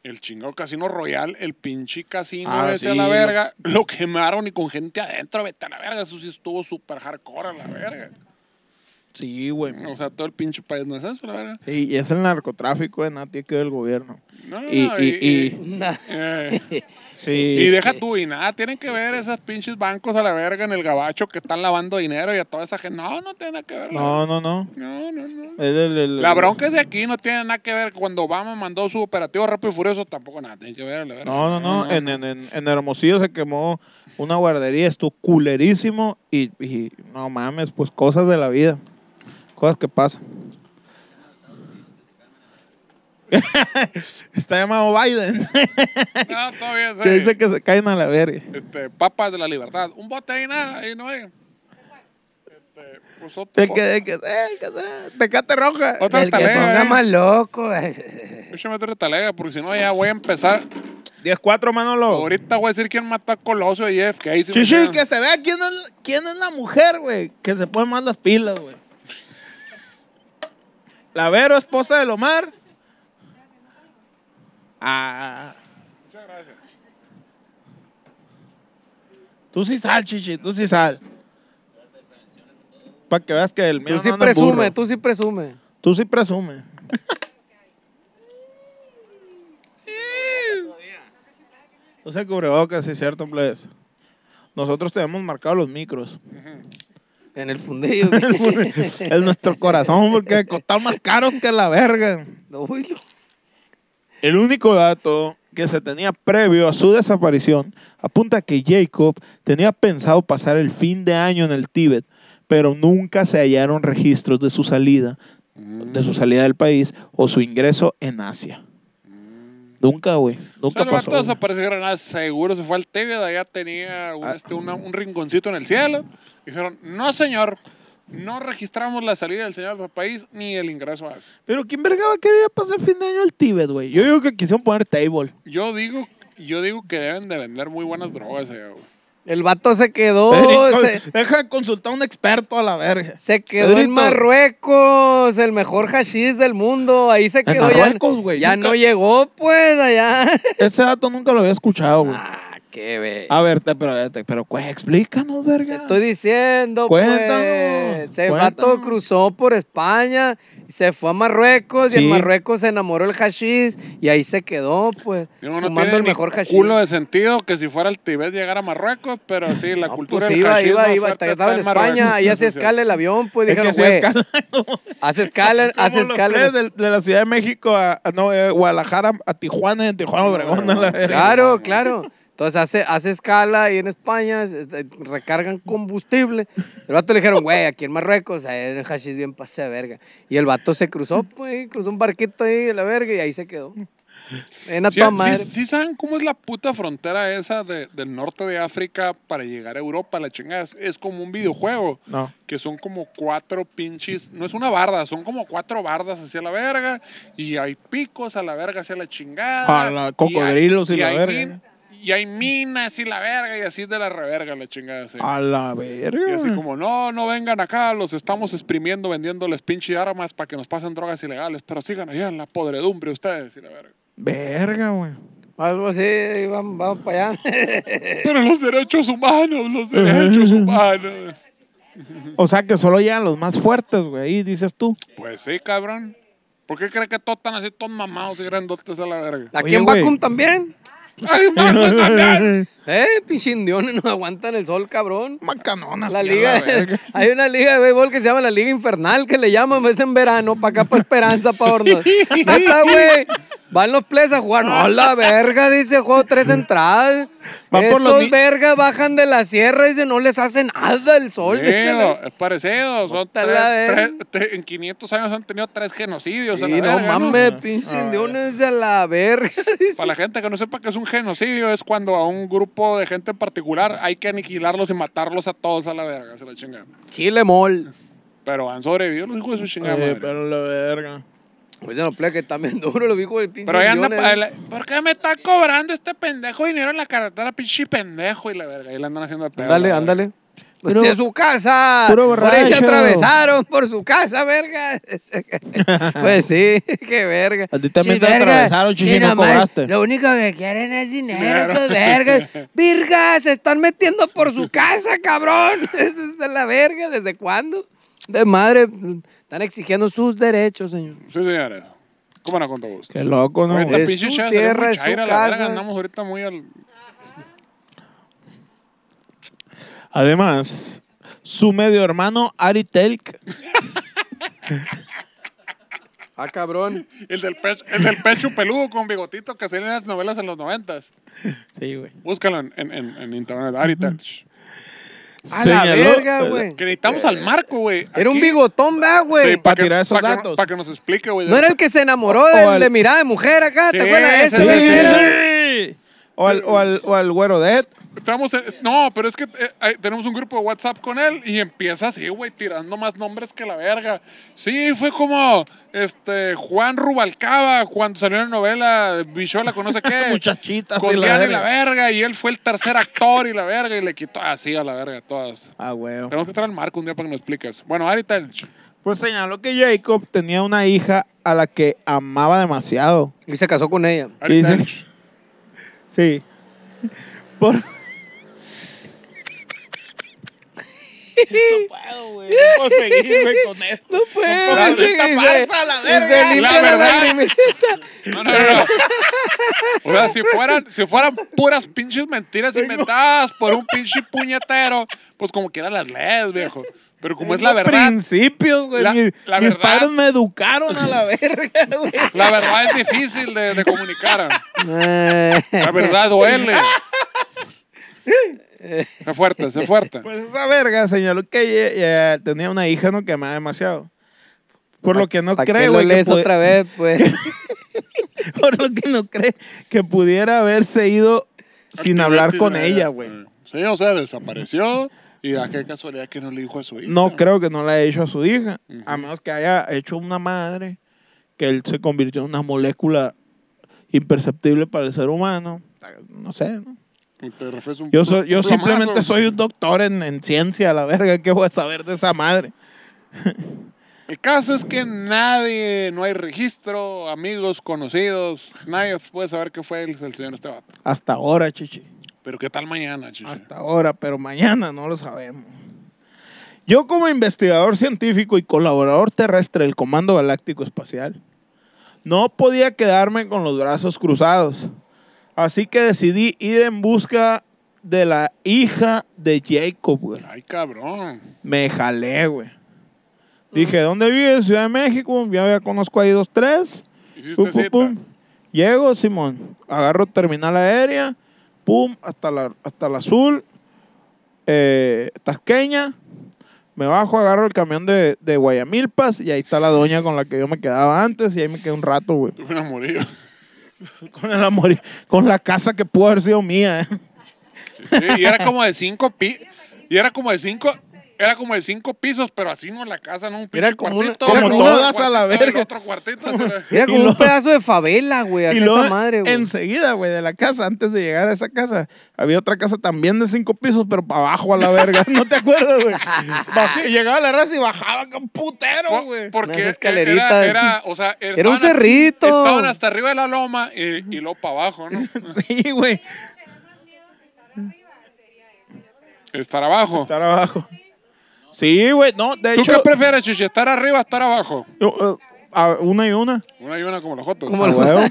S1: el chingado casino royal, el pinche casino
S2: Ah,
S1: ese
S2: sí,
S1: a la
S2: lo-
S1: verga, lo quemaron y con gente adentro, vete a la verga, eso sí estuvo súper hardcore a la verga.
S2: Sí, güey.
S1: O sea, todo el pinche país no es eso, la verga.
S2: Sí, y es el narcotráfico de nada tiene que ver el gobierno.
S1: No, no,
S2: Y-
S1: no,
S2: y- y-
S3: Nah.
S1: eh,
S2: Sí.
S1: Y deja tú, y nada, tienen que ver esos pinches bancos a la verga en el gabacho que están lavando dinero y a toda esa gente. No, no tiene nada que ver. la
S2: No, no, no.
S1: verga. No, no, no.
S2: Es el- el-
S1: La bronca es de aquí, no tiene nada que ver. Cuando Obama mandó su operativo rápido y furioso, tampoco nada tiene que ver. la verga.
S2: No, no, no. En, en, en- en Hermosillo se quemó una guardería, estuvo culerísimo y, y no mames, pues cosas de la vida. Cosas que pasan. *laughs* Está llamado Biden.
S1: *laughs*
S2: *laughs*
S1: No, todo bien, sí.
S2: que dice que se caen a la verga.
S1: Este, papas de la libertad. Un bote ahí, nada, ahí no hay. Este, pues otro.
S2: El que, el que, eh, que se- tecate roja.
S1: Otra
S3: El que
S1: talega,
S3: ponga
S1: eh.
S3: más loco. eh.
S1: Échame otra talega, porque si no, ya voy a empezar.
S2: 10-4, Manolo.
S1: Ahorita voy a decir quién mató a Colosio y Jeff. Que ahí sí
S2: Sí,
S1: me
S2: sí,
S1: quedan.
S2: que se vea quién es, quién es la mujer, güey. Que se pone más las pilas, güey. La Vero, esposa del Omar. Ah.
S1: Muchas gracias.
S2: Tú sí sal, chichi, tú sí sal. Para que veas que el mío
S3: Tú sí
S2: no anda en
S3: presume,
S2: burro.
S3: tú sí presume.
S2: Tú sí presumes. No se cubrebocas, sí, cierto, plebes. Nosotros tenemos marcados los micros. *laughs*
S3: En el fundillo.
S2: es nuestro corazón porque costó más caro que la verga.
S3: No, uy, lo-
S2: El único dato que se tenía previo a su desaparición apunta a que Jacob tenía pensado pasar el fin de año en el Tíbet, pero nunca se hallaron registros de su salida, de
S3: Mm.
S2: su salida del país o su ingreso en Asia.
S3: Mm.
S2: Nunca, güey.
S1: O sea,
S2: Nunca
S1: el vato
S2: pasó. güey.
S1: desapareció de la nada, seguro se fue al Tibia, de allá tenía
S2: Ah.
S1: un, este, una- un rinconcito en el cielo. Dijeron, no señor, no registramos la salida del señor del país ni el ingreso a Asia".
S2: Pero ¿quién verga va a querer ir a pasar el fin de año al Tíbet, güey? Yo digo que quisieron poner table.
S1: Yo digo, yo digo que deben de vender muy buenas drogas allá, güey.
S3: El vato se quedó.
S2: Pedrito,
S3: se-
S2: Deja de consultar a un experto a la
S3: *laughs*
S2: verga.
S3: Se quedó en
S2: Pedrito.
S3: Marruecos, el mejor hashish del mundo. Ahí se quedó. ya-
S2: Marruecos, güey,
S3: Ya,
S2: nunca-
S3: no llegó, pues,
S2: *laughs*
S3: allá.
S2: Ese dato nunca lo había escuchado, güey.
S3: ah, qué ve.
S2: A ver, te- pero, te- pero, pues, explícanos,
S3: Te
S2: verga.
S3: estoy diciendo,
S2: Cuéntanos,
S3: pues. Se
S2: cuéntanos.
S3: vato cruzó por España, se fue a Marruecos y
S2: Sí.
S3: en Marruecos se enamoró el hashish y ahí se quedó, pues,
S1: Digo, no
S3: fumando
S1: tiene
S3: el
S1: ni
S3: mejor hashish.
S1: culo de sentido que si fuera el Tibet llegar a Marruecos, pero sí, la
S3: *laughs* No,
S1: cultura
S3: pues
S1: del
S3: iba,
S1: hashish
S3: iba,
S1: más
S3: iba,
S1: fuerte
S3: estaba en
S1: Marruecos.
S3: España, ahí hace escala el avión, pues
S2: Es que
S3: dijeron,
S2: se
S3: güey,
S2: escala, como-
S3: hace
S2: *laughs*
S3: escala,
S2: como
S3: hace
S2: los
S3: escala.
S2: tres del- de, la Ciudad de México a, a- no, eh, Guadalajara, a Tijuana, de Tijuana a Obregón. a la verga.
S3: Claro, claro. Entonces hace, hace escala ahí en España, se- se- recargan combustible. El vato le dijeron, güey, aquí en Marruecos, ahí el hashish bien pase de verga. Y el vato se cruzó, pues, cruzó un barquito ahí de la verga y ahí se quedó. En eh, a
S1: Sí,
S3: toda
S1: sí-
S3: madre.
S1: sí saben cómo es la puta frontera esa de- del norte de África para llegar a Europa? La chingada es, es como un videojuego.
S2: No.
S1: Que son como cuatro pinches, no es una barda, son como cuatro bardas hacia la verga. Y hay picos a la verga hacia la chingada.
S2: A la-
S1: y hay-
S2: cocodrilos y la verga,
S1: min- y hay minas y la verga, y así de la reverga la chingada. sí.
S2: A la
S1: Y
S2: verga.
S1: así como, no, no vengan acá, los estamos exprimiendo, vendiéndoles pinche armas para que nos pasen drogas ilegales, pero sigan allá en la podredumbre ustedes. Y la verga.
S2: Verga, güey.
S3: Algo así, ahí vamos, vamos para allá. *laughs*
S1: Pero los derechos humanos, los derechos humanos.
S2: O sea que solo llegan los más fuertes, güey. Ahí dices
S1: *laughs*
S2: tú.
S1: Pues sí, cabrón. ¿Por qué creen que todos están así, todos mamados y grandotes a la verga?
S3: Aquí
S2: Oye,
S3: en
S2: güey.
S3: Bacum también. *laughs*
S1: ¡Ay, mames, también!
S3: Eh, pinche indiones *laughs* no aguantan el sol, cabrón.
S2: Macanonas.
S3: La
S2: sí, a
S3: liga, *laughs*
S2: verga.
S3: hay una liga de béisbol que se llama la Liga Infernal, que le llaman, es en verano, para acá, para Esperanza, para Hornos. Neta, güey. Van los players a jugar. No, la verga, dice, juego tres entradas.
S2: Van por los
S3: Esos
S2: ni-
S3: vergas bajan de la sierra y dice, no les hace nada el sol. dice la-
S1: Digo, es parecido. Son
S3: Puta
S1: tres-
S3: la verga.
S1: tres- te- en 500 años han tenido tres genocidios. a
S3: Sí,
S1: la
S3: no
S1: verga,
S3: mames, pinche indiones a la verga. *laughs* dice.
S1: Para la gente que no sepa que es un genocidio, es cuando a un grupo de gente en particular hay que aniquilarlos y matarlos a todos a la verga, se la chingan.
S3: Gilemol.
S1: Pero han sobrevivido los hijos de su chingada
S2: Oye,
S1: madre. Pero,
S2: pero la verga.
S3: Oye, no playa que está bien *laughs* duro, lo vi con el pinche
S1: ahí anda.
S3: indiones.
S1: el- ¿Por qué me está cobrando este pendejo dinero en la carretera, pinche pendejo? Y la verga, ahí le andan haciendo el pedo.
S3: Ándale,
S1: la verga.
S3: ándale. Pues
S2: Puro-
S3: si es su casa.
S2: puro
S3: Por ahí se
S2: borracho.
S3: atravesaron por su casa,
S2: *laughs*
S3: verga. pues sí, qué verga.
S2: A ti también
S3: Sí,
S2: te
S3: verga.
S2: atravesaron, chichi,
S3: Sí,
S2: no
S3: nomás,
S2: cobraste.
S3: Lo único que quieren es dinero, esos vergas. Virgas, se están metiendo por su casa, cabrón. *laughs* Esa es de la verga, ¿desde cuándo? De madre, están exigiendo sus derechos, señor.
S1: Sí, señores. ¿Cómo no, con todo gusto?
S2: Qué loco, ¿no?
S1: Ahorita
S2: güey?
S3: Es
S1: pinche
S3: su
S1: chava salió
S3: tierra,
S1: muy
S3: es su
S1: chaira, la verga,
S3: casa.
S1: andamos ahorita muy al...
S2: Además, su medio hermano Ari Telk.
S3: Ah, cabrón.
S1: El del, pecho, el del pecho peludo con bigotito que salía en las novelas en los noventas.
S2: Sí, güey.
S1: Búscalo en, en, en, en internet, Ari Telch.
S3: A la
S2: Señaló-
S3: verga, güey.
S1: Que necesitamos al marco, güey.
S3: Era un
S1: Aquí-
S3: bigotón, ¿verdad, güey?
S1: Sí, pa'
S2: tirar esos
S1: pa' que-
S2: datos.
S1: pa' que nos explique, güey.
S3: No era el que se enamoró
S2: O- o
S3: del
S2: al-
S3: de mirada de mujer acá, ¿te
S1: Sí,
S3: acuerdas de ese?
S1: ese,
S3: güey?
S1: ese,
S3: Que era-
S2: Sí. O al, o al, o al güero de Ed.
S1: Estamos en- No, pero es que eh, hay- tenemos un grupo de WhatsApp con él y empieza así, güey, tirando más nombres que la verga. Sí, fue como este Juan Rubalcaba cuando salió en la novela Bichola con no sé qué.
S2: *laughs* Muchachitas y
S1: Con
S2: la
S1: Diana y
S2: verga.
S1: la verga. Y él fue el tercer actor y la verga. Y le quitó así a la verga a todas.
S2: Ah, güey.
S1: Tenemos que traer al Marco un día para que nos expliques. Bueno, Ari Telch.
S2: Pues señaló que Jacob tenía una hija a la que amaba demasiado.
S3: Y se casó con ella.
S1: Ari
S2: Dice-
S1: Telch.
S2: Sí.
S3: *laughs*
S2: Por... no puedo, güey. No puedo seguir, güey, con esto.
S3: No puedo.
S2: puedo
S3: dice,
S2: con esta
S3: dice,
S2: farsa, la
S3: y
S2: verga.
S3: se
S2: La
S3: limpia la
S1: verdad.
S3: lagrimita.
S1: No, no, no. no. O sea, si fueran, si fueran puras pinches mentiras inventadas por un pinche puñetero, pues como quiera las lees, viejo. Pero como es la verdad,
S2: Principios, güey.
S1: La-
S2: Mi-
S1: la
S2: mis
S1: verdad.
S2: padres me educaron a *laughs* la verga, güey.
S1: la verdad es difícil de, de comunicar.
S3: Eh,
S1: La verdad duele. Sé fuerte, sé fuerte.
S2: Pues esa verga señaló que eh, eh, tenía una hija, ¿no? Que amaba demasiado. Por lo que no
S3: ¿pa' qué
S2: cree,
S3: lo
S2: güey. que
S3: lees
S2: pudi-
S3: otra vez,
S2: *laughs*
S3: pues.
S2: Por lo que no cree que pudiera haberse ido sin hablar con ella, güey.
S1: Sí, o sea, desapareció y a qué casualidad que no le dijo a su hija.
S2: No creo que no la haya hecho a su hija. A menos que haya hecho una madre, que él se convirtió en una molécula imperceptible para el ser humano. No sé, ¿no?
S1: Te refieres un
S2: Yo, soy, yo
S1: un plomazo.
S2: simplemente soy un doctor en, en ciencia, la verga. ¿Qué voy a saber de esa madre?
S1: El caso es que nadie, no hay registro, amigos, conocidos, nadie puede saber qué fue el, el señor este vato.
S2: Hasta ahora, chichi.
S1: Pero qué tal mañana, chichi.
S2: Hasta ahora, pero mañana no lo sabemos. Yo como investigador científico y colaborador terrestre del Comando Galáctico Espacial, no podía quedarme con los brazos cruzados. Así que decidí ir en busca de la hija de Jacob, güey.
S1: Ay, cabrón.
S2: Me jalé, güey. Dije, ¿dónde vives? Ciudad de México. Ya, ya conozco ahí dos, tres.
S1: Hiciste
S2: Pum, pum,
S1: cita.
S2: pum. Llego, Simón. Agarro terminal aérea. Pum, hasta la, hasta la azul. eh, tasqueña. Me bajo, agarro el camión de, de Guayamilpas. Y ahí está la doña con la que yo me quedaba antes. Y ahí me quedé un rato, güey.
S1: Tuve una morida.
S2: *laughs* Con el amor. Con la casa que pudo haber sido mía, eh.
S1: Sí, y era como de cinco pi y era como de cinco era como de cinco pisos, pero así no la casa, no un pinche
S3: Era como una-
S1: cuartito.
S3: como
S1: y luego
S2: todas
S1: otro
S2: a la
S1: cuartito, y
S2: verga.
S1: otro cuartito, así
S2: *laughs*
S1: era.
S3: Era como
S2: Y
S3: un
S2: luego-
S3: pedazo de favela, güey.
S2: Y
S3: acá
S2: luego,
S3: esa madre, güey.
S2: enseguida, güey, de la casa, antes de llegar a esa casa, había otra casa también de cinco pisos, pero para abajo a la verga. *laughs* ¿No te acuerdas, güey? Vacía, Llegaba la raza y bajaba con putero,
S1: Po-
S2: güey.
S1: Porque
S3: Unas
S1: era-
S3: escaleritas.
S1: Era, o sea,
S3: Era un
S1: estaban hasta-
S3: cerrito.
S1: Estaban hasta arriba de la loma y, y luego para abajo, ¿no?
S2: *laughs* Sí, güey.
S4: que da más miedo que estar arriba sería eso, yo creo.
S1: Estar abajo.
S2: Estar abajo. Sí, güey, no, de
S1: ¿Tú qué
S2: hecho,
S1: prefieres, Chichi? ¿Estar arriba o estar abajo?
S2: yo, eh, a- una y una.
S1: Una y una como los jotos.
S3: Como
S2: A *laughs*
S3: los-
S2: huevo.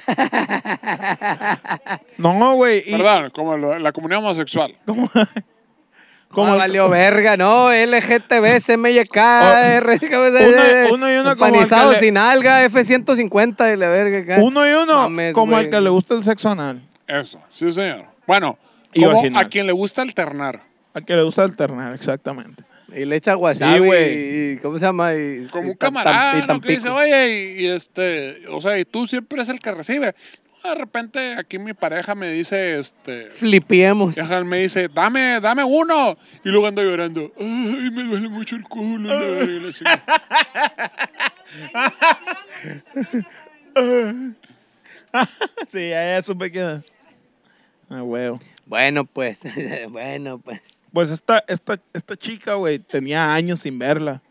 S2: No, güey. y-
S1: Perdón, como lo- la comunidad homosexual.
S2: *laughs* como
S3: Ah,
S2: el-
S3: valió verga, no, LGTB, CMYK, R, ¿cómo se
S2: Oh, Uno-
S3: dice?
S2: uno y uno como
S3: Empanizado
S2: al que le-
S3: sin alga, F-150 y la verga acá.
S2: uno y uno,
S3: Mames,
S2: como
S3: güey.
S2: al que le gusta el sexo anal,
S1: Eso, sí, señor. Bueno,
S2: Y
S1: como
S2: vaginal.
S1: a quien le gusta alternar.
S2: al que le gusta alternar, exactamente. *laughs*
S3: Y le echa wasabi
S2: Sí, güey.
S3: y, ¿cómo se llama? Y,
S1: Como
S3: y
S1: un
S3: tam-
S1: camarada
S3: tam- y
S1: ¿no? que dice,
S3: Tampico.
S1: oye, y, y este, o sea, y tú siempre es el que recibe. De repente aquí mi pareja me dice, este,
S3: Flipiemos.
S1: y ajá, él me dice, dame, dame uno. Y luego ando llorando, ay, me duele mucho el culo.
S2: Ah.
S1: la verga, la chingada".
S2: Sí, ya, ya supe quién es. Ah, huevo.
S3: Bueno, pues, *laughs* bueno, pues.
S2: Pues esta, esta, esta chica, güey, tenía años sin verla.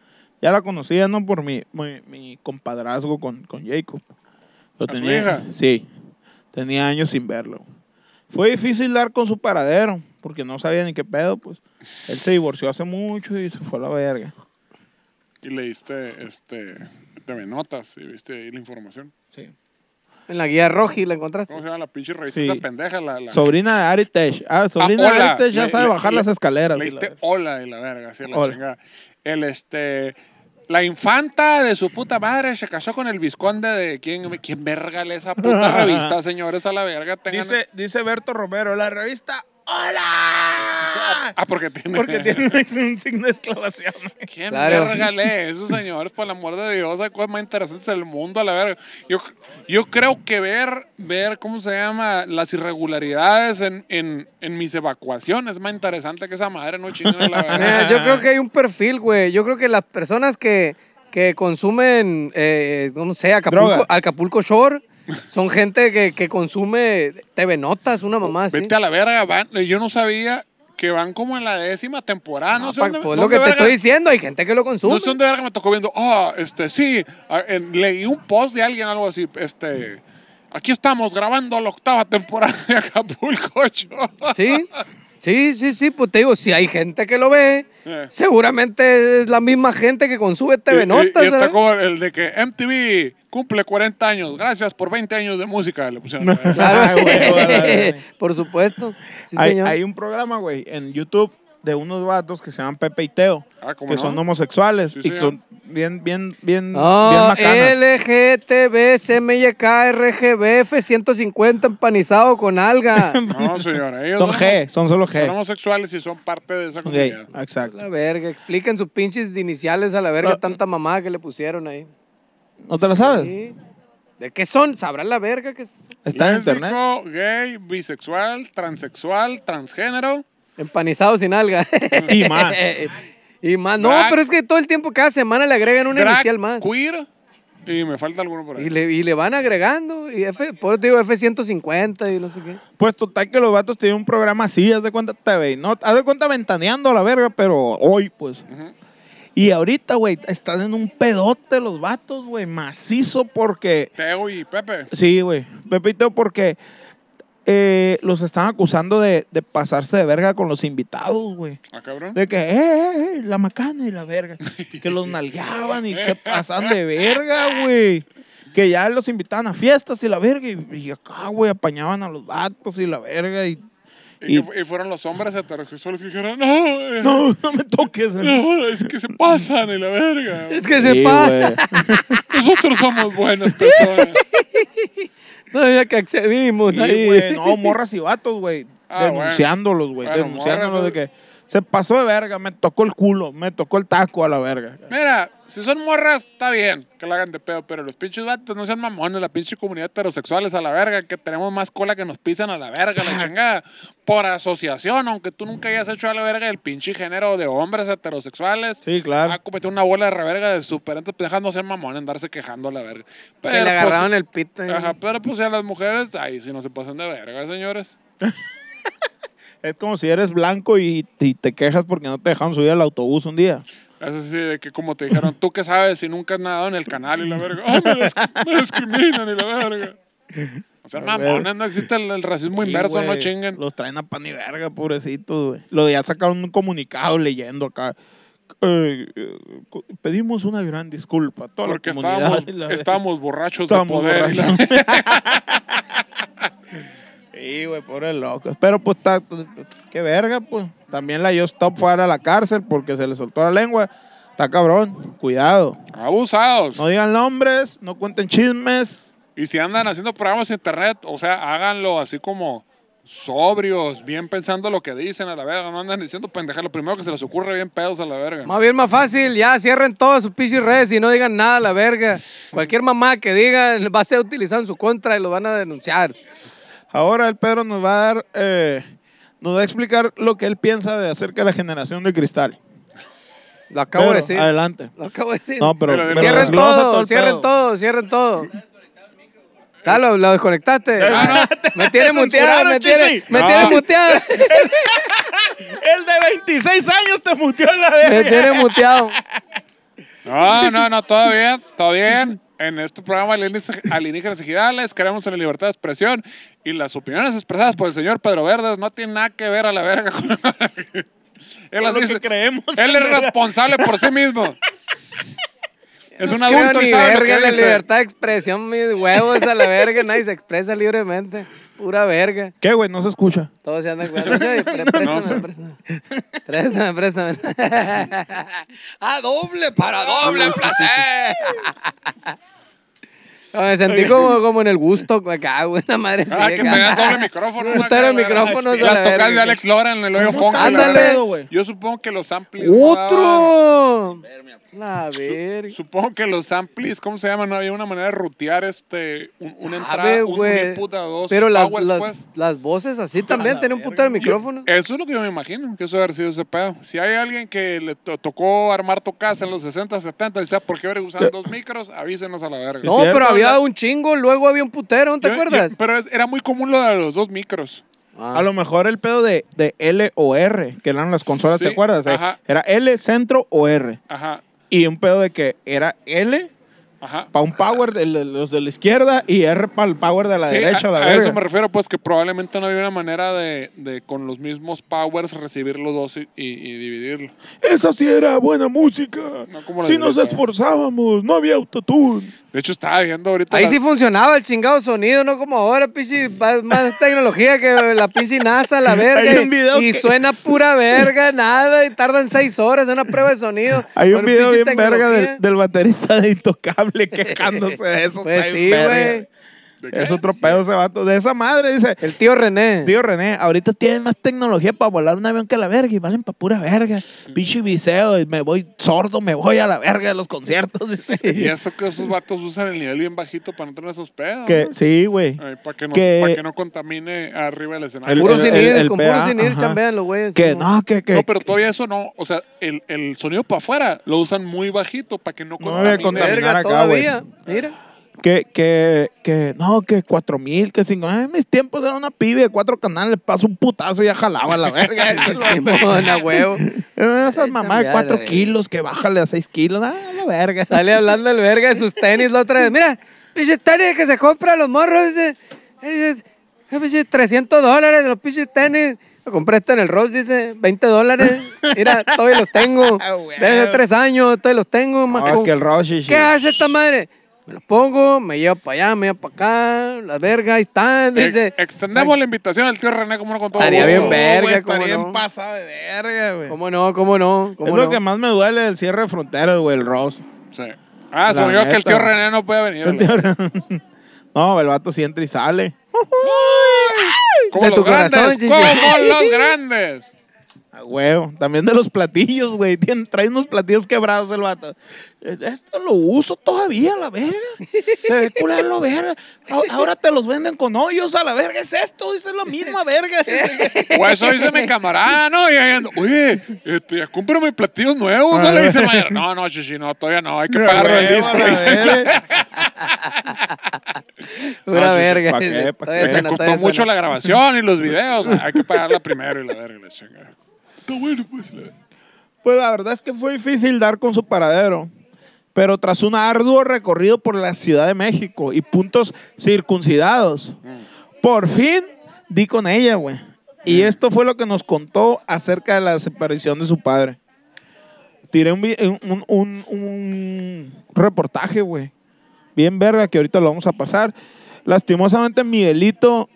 S2: Ya la conocía, ¿no? Por mi, mi, mi compadrazgo con, con Jacob. Lo
S1: ¿A su hija?
S2: Sí. Tenía años sin verlo. güey. Fue difícil dar con su paradero, porque no sabía ni qué pedo, pues. Él se divorció hace mucho y se fue a la verga.
S1: Y le diste, este, TV Notas y viste ahí la información.
S2: Sí.
S3: En la guía roji la encontraste.
S1: ¿Cómo se llama la pinche revista?
S2: Sí.
S1: Esa pendeja, la... la
S2: Sobrina de Ari Tesh. Ah, sobrina de
S1: hola.
S2: Ari Tesh ya
S1: Le-
S2: sabe
S1: le-
S2: bajar
S1: le-
S2: las escaleras. y la
S1: Leíste
S2: verga.
S1: hola y la verga, así a la
S2: Hola.
S1: chingada. El este. La infanta de su puta madre se casó con el visconde de quién, quién verga lee esa puta
S2: *laughs*
S1: revista, señores, a la verga. Tengan...
S2: Dice, dice Berto Romero, la revista
S1: *laughs*
S2: ¡Hola!
S1: Ah, porque tiene.
S2: Porque tiene un signo de exclamación.
S1: ¿Quién
S3: Claro.
S1: verga lee eso, señores? Por el amor de Dios, hay cosas más interesantes del mundo, a la verga. Yo, yo creo que ver, ver, ¿cómo se llama? Las irregularidades en, en, en mis evacuaciones es más interesante que esa madre, no chinguen a la verga.
S2: *laughs*
S3: Mira, yo creo que hay un perfil, güey. Yo creo que las personas que, que consumen, eh, no sé, Acapulco,
S2: Droga.
S3: Acapulco Shore, son gente que, que consume TV Notas, una mamá así.
S1: Vete a la verga, van. eh, Yo no sabía que van como en la décima temporada. No,
S3: No,
S1: sé
S3: pa-
S1: dónde,
S3: pues lo
S1: dónde
S3: que te
S1: verga-
S3: estoy diciendo, hay gente que lo consume.
S1: No sé dónde verga me tocó viendo. Ah, este, sí. ah, en- leí un post de alguien, algo así. Este. Aquí estamos grabando la octava temporada de Acapulco *laughs* Shore".
S3: Sí, sí, sí, sí, pues te digo, si hay gente que lo ve,
S1: Eh.
S3: seguramente es la misma gente que consume
S1: Y-
S3: TV
S1: y-
S3: Notas.
S1: Y, está
S3: ¿verdad?
S1: como el de que MTV cumple 40 años. Gracias por 20 años de música. Le pusieron. Claro.
S2: Ah,
S3: Claro, *laughs*
S2: güey, güey, güey, güey.
S3: por supuesto. Sí,
S2: hay,
S3: señor.
S2: hay un programa, güey, en YouTube de unos vatos que se llaman Pepe y Teo,
S1: Ah, ¿cómo
S2: que
S1: no?
S2: son homosexuales
S1: Sí,
S2: y
S1: señor.
S2: son bien, bien, bien, bien
S3: No,
S2: macanas.
S3: LGTB, CMYK, RGB, F-150 empanizado
S2: *laughs*
S3: con alga.
S1: *laughs* No, señora. Ellos
S2: son G,
S1: homo-
S2: son solo
S1: Son
S2: G.
S1: homosexuales y son parte de esa
S2: Gay,
S1: comunidad.
S2: exacto.
S3: la verga, expliquen sus pinches de iniciales a la verga,
S2: No.
S3: tanta mamada que le pusieron ahí.
S2: Ah. ¿No te la sabes?
S3: Sí. ¿De qué son? ¿Sabrán la verga que es?
S2: Está en
S1: Lésbico,
S2: internet.
S1: gay, bisexual, transexual, transgénero.
S3: Empanizado sin
S1: *laughs*
S3: alga.
S1: Mm.
S2: Y *laughs* más.
S3: Eh, y más. No,
S1: Drag-
S3: pero es que todo el tiempo, cada semana le agregan una
S1: drag
S3: inicial más.
S1: Queer, Y me falta alguno por ahí.
S3: Y le, y le van agregando. Y F, por eso te digo F-150 y no sé qué.
S2: Pues total que los vatos tienen un programa así, haz de cuenta TV, ¿no? Haz de cuenta ventaneando a la verga, pero hoy, pues. Y ahorita, güey, están en un pedote los vatos, güey, macizo porque...
S1: Teo y Pepe.
S2: Sí, güey, Pepito, porque eh, los están acusando de, de pasarse de verga con los invitados, güey.
S1: Ah, cabrón.
S2: De que, eh, eh, eh, la macana y la verga. Que los nalgaban y se pasan de verga, güey. Que ya los invitaban a fiestas y la verga. Y, y acá, güey, apañaban a los vatos y la verga. Y, *laughs*
S1: Y,
S2: y-
S1: que fu- y fueron los hombres heterosexuales que dijeron, no, eh,
S2: no, no me toques.
S1: *laughs* no, es que se pasan y la verga.
S3: *laughs* Es
S2: Sí,
S3: que se pasa. *laughs*
S2: güey.
S1: Nosotros somos buenas personas.
S3: No había que accedimos
S2: Sí,
S3: Pues ahí.
S2: güey, no, morras y vatos, güey.
S1: Ah, bueno.
S2: denunciándolos, güey.
S1: Bueno,
S2: denunciándolos
S1: morras,
S2: de que se pasó de verga, me tocó el culo, me tocó el taco a la verga.
S1: Mira, si son morras, está bien que la hagan de pedo, pero los pinches vatos no sean mamones, la pinche comunidad heterosexuales a la verga, que tenemos más cola que nos pisan a la verga, la chingada. Por asociación, aunque tú nunca hayas hecho a la verga el pinche género de hombres heterosexuales.
S2: Sí, claro.
S1: Ha cometido Ah, una bola de reverga de superantes, pues dejando ser mamón, andarse quejando a la verga. Pero,
S3: Que le agarraron el pito.
S1: pues,
S3: ahí.
S1: Ajá, pero pues a las mujeres, ay, si no se pasan de verga, señores.
S2: Es como si eres blanco y, y te quejas porque no te dejaron subir al autobús un día.
S1: Es así de que como te dijeron, tú qué sabes si nunca has nadado en el canal y la verga. Oh, me, dis-
S3: *laughs*
S1: me discriminan y la verga. O sea,
S2: A ver.
S1: mamones, no existe el, el racismo
S2: Sí,
S1: inverso, no
S2: güey.
S1: chinguen.
S2: Los traen a pan y verga, pobrecitos, güey. Lo de ya sacaron un comunicado leyendo acá. Eh, eh, co- pedimos una gran disculpa a toda
S1: Porque
S2: la comunidad.
S1: estábamos,
S2: y la verga.
S1: estábamos borrachos
S2: Estábamos
S1: de poder. y la-
S2: borrachos. *laughs* Sí, güey, pobres locos. Pero pues, está, qué verga, pues. También la yo Stop fue ahora a la cárcel porque se le soltó la lengua. Está cabrón, cuidado.
S1: *laughs* Abusados.
S2: No digan nombres, no cuenten chismes.
S1: Y si andan haciendo programas en internet, o sea, háganlo así como sobrios, bien pensando lo que dicen a la verga. No andan diciendo pendejadas. Lo primero que se les ocurre, bien pedos a la verga.
S3: Más bien, más fácil. Ya cierren todas sus pichis redes y no digan nada a la verga. Cualquier mamá que digan va a ser utilizado en su contra y lo van a denunciar.
S2: Ahora el Pedro nos va a dar, eh, nos va a explicar lo que él piensa de acerca de la generación de cristal.
S3: Lo acabo
S2: Pedro,
S3: de decir.
S2: Adelante.
S3: Lo acabo de decir.
S2: No, pero,
S1: Pero
S2: pero
S3: cierren
S2: desglosa
S3: todo,
S2: el
S3: cierren
S2: pedo.
S3: todo, cierren todo. Ah, lo, lo desconectaste.
S1: Ah,
S3: Me tiene muteado,
S2: censuraron,
S3: me tiene,
S2: Chichi.
S3: me
S1: No.
S3: tiene muteado.
S2: El de 26 años te mutió en la
S3: Me tiene muteado.
S1: No, no, no, todo bien, todo bien. En este programa Alienígenas Alienígenas Ejidales creemos en la libertad de expresión y las opiniones expresadas por el señor Pedro Verdes no tienen nada que ver a la verga con, él las
S2: lo que
S1: dice-
S2: creemos,
S1: Él es
S2: ¿verdad?
S1: responsable por sí
S3: *laughs*
S1: mismo. es un
S3: No quiero
S1: adulto y
S3: ni
S1: sabe lo
S3: verga,
S1: que
S3: la
S1: dice.
S3: libertad de expresión, mis huevos a la verga, nadie se expresa libremente. Pura verga.
S2: ¿Qué, güey? No se escucha.
S3: Todos se andan jugando. Oye, pré- préstame,
S1: No sé.
S3: préstame. Préstame, préstame. ¡Ah, doble para doble placer! *laughs* No, Me sentí como, como en el gusto acá, güey. Una madre
S1: Ah, que
S3: ciega.
S1: tengan doble micrófono.
S3: Puta,
S1: acá,
S3: era el
S1: la verga.
S3: micrófono,
S1: Y
S3: a la
S1: Las tocas de
S3: verga.
S1: Alex Lora en el hoyo
S2: ¿Cómo
S1: funk.
S2: está
S1: a la
S3: el
S1: verga.
S2: pedo, güey?
S1: Yo supongo que los amplis. no daban-
S3: ¡Otro! La verga.
S1: Supongo que los amplis, ¿cómo se llama? No había una manera de rutear este, un, una
S3: Sabe,
S1: entrada, un,
S3: güey.
S1: un input a dos
S3: Pero las,
S1: powers,
S3: las-
S1: pues.
S3: las voces así también tienen un puto de micrófono.
S1: Eso es lo que yo me imagino, que eso haber sido ese pedo. Si hay alguien que le to- tocó armar tu casa en los 60, 70, y sea por qué haber usado dos micros, avísenos a la verga.
S3: No,
S2: cierto,
S3: pero había
S2: la-
S3: un chingo, luego había un putero, ¿no te
S1: Yo- yo-
S3: acuerdas?
S1: pero es- era muy común lo de los dos micros.
S3: Ah.
S2: A lo mejor el pedo de, de L o R, que eran las consolas,
S1: Sí,
S2: ¿te acuerdas? Eh,
S1: ajá.
S2: Era L, centro o R.
S1: Ajá,
S2: Y un pedo de que era L
S1: ajá.
S2: para un power de de los de la izquierda y R para el power de la
S1: Sí,
S2: derecha.
S1: a,
S2: la
S1: a
S2: verga.
S1: eso me refiero, pues que probablemente no había una manera de, de con los mismos powers recibir los dos y, y- y dividirlo.
S2: Esa sí era buena música.
S1: No como la
S2: si
S1: de
S2: nos
S1: Greta.
S2: esforzábamos, no había autotune.
S1: De hecho, estaba viendo ahorita.
S3: Ahí
S1: la-
S3: sí funcionaba el chingado sonido, no como ahora, pinche, más, más *laughs* tecnología que la pinche NASA, la verga.
S2: Hay
S3: y-
S2: un video que-
S3: y suena pura verga, nada, y tardan seis horas en una prueba de sonido.
S2: *laughs* Hay un
S3: Con
S2: video
S3: pinche
S2: bien verga
S3: tecnología.
S2: del, del baterista de Intocable *laughs* quejándose de eso.
S3: Pues
S2: está
S3: sí,
S2: bien verga.
S3: güey.
S1: ¿De qué?
S2: Es otro pedo ese vato. De esa madre, dice.
S3: El tío René.
S2: Tío René, ahorita tienen más tecnología para volar un avión que la verga y valen para pura verga. Pinche viseo, y me voy sordo, me voy a la verga de los conciertos, *laughs*
S1: Y
S2: dice.
S1: eso que esos vatos usan el nivel bien bajito para no tener esos pedos.
S2: Que, sí, güey.
S1: para, que no,
S2: que-
S1: pa' que no contamine arriba del escenario.
S2: El-
S3: Puro
S2: el-
S3: sin
S2: el-
S3: ir,
S2: el
S3: con
S2: PA,
S3: puro sin ir
S2: ajá.
S3: chambean los güeyes.
S2: Que
S3: sí,
S2: no, que, que.
S1: No, pero todavía eso no. O sea, el, el sonido para afuera lo usan muy bajito para que no
S2: No
S1: contamine.
S2: debe contaminar
S3: Verga,
S2: acá, güey.
S3: todavía.
S2: *laughs*
S3: Mira. *laughs*
S2: Que, que, que, no, que cuatro mil, que cinco. Ay, mis tiempos era una pibe de cuatro canales, paso un putazo y ya jalaba la verga.
S3: *laughs* Simón, a huevo.
S2: Eh, Esas mamás de
S3: chambeada,
S2: cuatro
S3: güey.
S2: kilos, que bájale a seis kilos. Ah, la verga.
S3: Sale hablando el verga de sus tenis la otra vez. Mira, pinches tenis que se compra los morros. Dice, dice, "Ah, pinches 300 dólares los pinches tenis. Lo compré esto en el Ross, dice, 20 dólares. Mira, todavía los tengo.
S2: Ah, güey.
S3: Desde hace tres años, todavía los tengo. ma-
S2: No, es que el Roshi.
S3: ¿Qué hace esta madre? Me los pongo, me llevo para allá, me llevo para acá. La verga, ahí están. Dice,
S1: Ex- Extendemos la invitación al tío René, como no contó.
S3: Estaría bien verga, cómo
S2: Oh, estaría
S3: no.
S2: bien pasado de verga, güey.
S3: ¿cómo no? ¿Cómo no? ¿Cómo
S2: es
S3: no?
S2: lo que más me duele del cierre de fronteras, güey, el Ross.
S1: Sí. Ah, se me olvidó que el
S2: neta.
S1: tío René no puede venir. la-
S2: *laughs* No, el vato sí entra y sale.
S1: Como
S3: De
S1: los
S3: tu corazón,
S1: grandes,
S3: Gigi.
S1: como
S3: *laughs*
S1: los grandes.
S2: A huevo. También de los platillos, güey. Tien- Trae unos platillos quebrados el vato. Eh, Esto lo uso todavía, la verga. Se ve culero la verga. A- Ahora te los venden con hoyos a la verga. Es esto, dice la
S1: *laughs*
S2: misma verga.
S1: Pues eso dice mi camarada, ¿no? Y ahí ando, oye, este, ya compro mis platillos nuevos,
S3: Ah.
S1: ¿no? Le dice Mayer, no, no, Shishi, no, todavía no, hay que pagarlo el disco.
S2: A
S1: dice.
S2: verga.
S3: Pura
S2: No, sí, sí,
S3: verga.
S2: ¿pa' qué?
S3: dice,
S2: ¿pa'
S3: todavía
S1: Me
S2: qué?
S3: suena,
S1: costó
S3: todavía
S1: mucho
S3: suena.
S1: la grabación y los videos, hay que pagarla primero y la verga, y la chingada. Está bueno, pues. la-
S2: Pues la verdad es que fue difícil dar con su paradero. Pero tras un arduo recorrido por la Ciudad de México y puntos circuncidados, por fin di con ella, güey. Y esto fue lo que nos contó acerca de la separación de su padre. Tiré un, vi- un- un- un reportaje, güey. Bien verga, que ahorita lo vamos a pasar. Lastimosamente, Miguelito,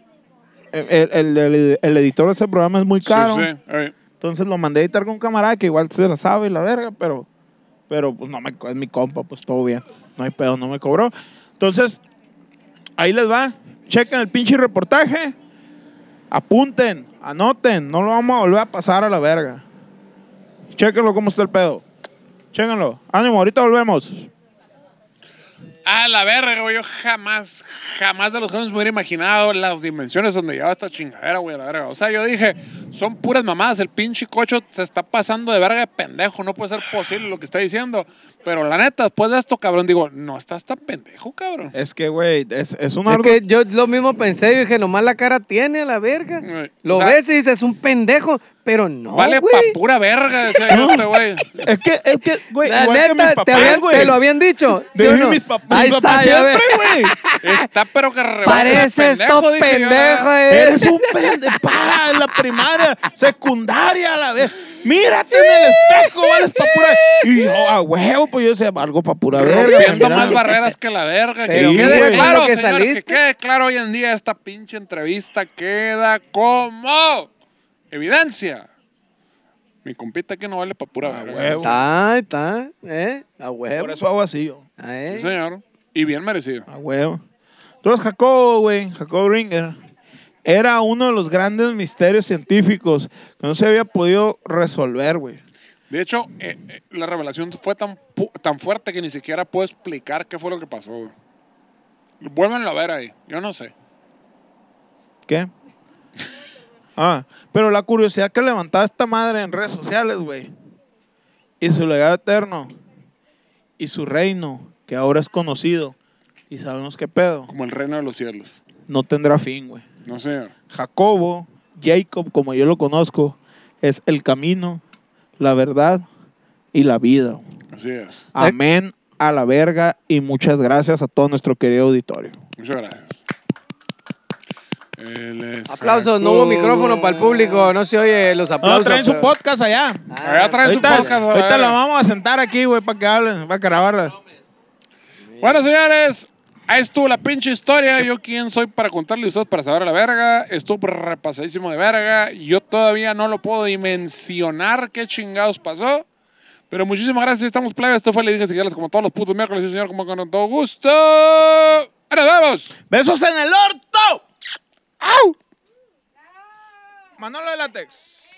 S2: el, el- el- el editor de ese programa es muy caro.
S1: Sí, sí. eh,
S2: Entonces lo mandé a editar con un camarada que igual se la sabe y la verga, pero, pero pues no me, co- es mi compa, pues todo bien. No hay pedo, no me cobró. Entonces, ahí les va. Chequen el pinche reportaje. Apunten, anoten. No lo vamos a volver a pasar a la verga. Chequenlo cómo está el pedo. Chequenlo. Ánimo, ahorita volvemos.
S1: A la verga, güey. Yo jamás, jamás de los años me hubiera imaginado las dimensiones donde llevaba esta chingadera, güey. a La verga. O sea, yo dije, son puras mamadas. El pinche cocho se está pasando de verga de pendejo. No puede ser posible lo que está diciendo. Pero la neta, después de esto, cabrón, digo, no estás tan pendejo, cabrón.
S2: Es que, güey, es, es un
S3: Es
S2: arduo-
S3: que yo lo mismo pensé, yo dije, nomás la cara tiene a la verga.
S1: Eh,
S3: Lo
S1: o sea,
S3: ves y dices, es un pendejo, pero no,
S1: vale
S3: güey.
S1: pa' pura verga, decía yo este
S3: *laughs*
S1: güey.
S2: Es que, es que, güey,
S3: La
S2: igual que mis
S3: neta, te,
S2: papás,
S3: habían-
S2: güey.
S3: te lo
S2: *laughs*
S3: habían dicho. ¿sí
S2: Dije
S3: o no?
S2: mis pap- mis
S3: Ahí
S2: papás
S3: está, ya
S2: siempre,
S3: ves.
S2: güey.
S1: Está, pero que rebota de
S3: Pareces todo
S1: dije yo,
S3: pendejo,
S1: ¿verdad?
S3: eh.
S2: Eres un pendejo. Para en la primaria, secundaria a la vez. Mírate en el espejo, vales pa' pura. Y yo, a huevo, pues yo decía, algo pa' pura verga.
S1: Rompiendo
S2: mira. eh,
S1: más barreras que la verga.
S3: Pero
S1: que quede
S2: mira, güey,
S1: claro,
S3: lo que
S1: señores, que
S3: saliste.
S1: quede claro hoy en día esta pinche entrevista queda como evidencia. Mi compita que no vale para pura verga.
S2: huevo.
S3: *laughs*
S1: Sí,
S3: Está, está, ¿eh? A huevo.
S2: Por eso hago así yo.
S3: Ah, ¿eh?
S1: señor. Y bien merecido.
S2: A huevo. Entonces, Jacobo, güey, Jacobo Ringer, era uno de los grandes misterios científicos que no se había podido resolver, güey.
S1: De hecho, eh, eh, la revelación fue tan, pu- tan fuerte que ni siquiera puedo explicar qué fue lo que pasó. güey. Vuélvenlo a ver ahí. Yo no sé.
S2: ¿Qué? Ah, pero la curiosidad que levantaba esta madre en redes sociales, güey. Y su legado eterno. Y su reino, que ahora es conocido. Y sabemos qué pedo.
S1: Como el reino de los cielos.
S2: No tendrá fin, güey.
S1: No, señor.
S2: Jacobo, Jacob, como yo lo conozco, es el camino, la verdad y la vida. güey.
S1: Así es.
S2: Amén a la verga y muchas gracias a todo nuestro querido auditorio.
S1: Muchas gracias. Él es
S3: Aplausos, no hubo
S1: Jacobo.
S3: micrófono para el público, no se oye los
S2: No,
S3: aplausos.
S2: Ah, traen su
S3: pero-
S2: podcast allá.
S3: Ah,
S1: Allá traen su
S2: Ahorita,
S1: podcast. a la
S2: ahorita la
S1: verga.
S2: vamos a sentar aquí, güey, para que hablen, para que grabarla.
S1: Bueno, señores, ahí estuvo la pinche historia. Yo quién soy para contarle a ustedes para saber a la verga. Estuvo repasadísimo de verga. Yo todavía no lo puedo dimensionar qué chingados pasó. Pero muchísimas gracias, estamos plebes. Esto fue Le Dije Seguirlas como todos los putos miércoles. Sí, señor, como con todo gusto. ¡Ahí nos vemos!
S2: ¡Besos en el orto!
S1: ¡Au!
S2: Manolo de látex.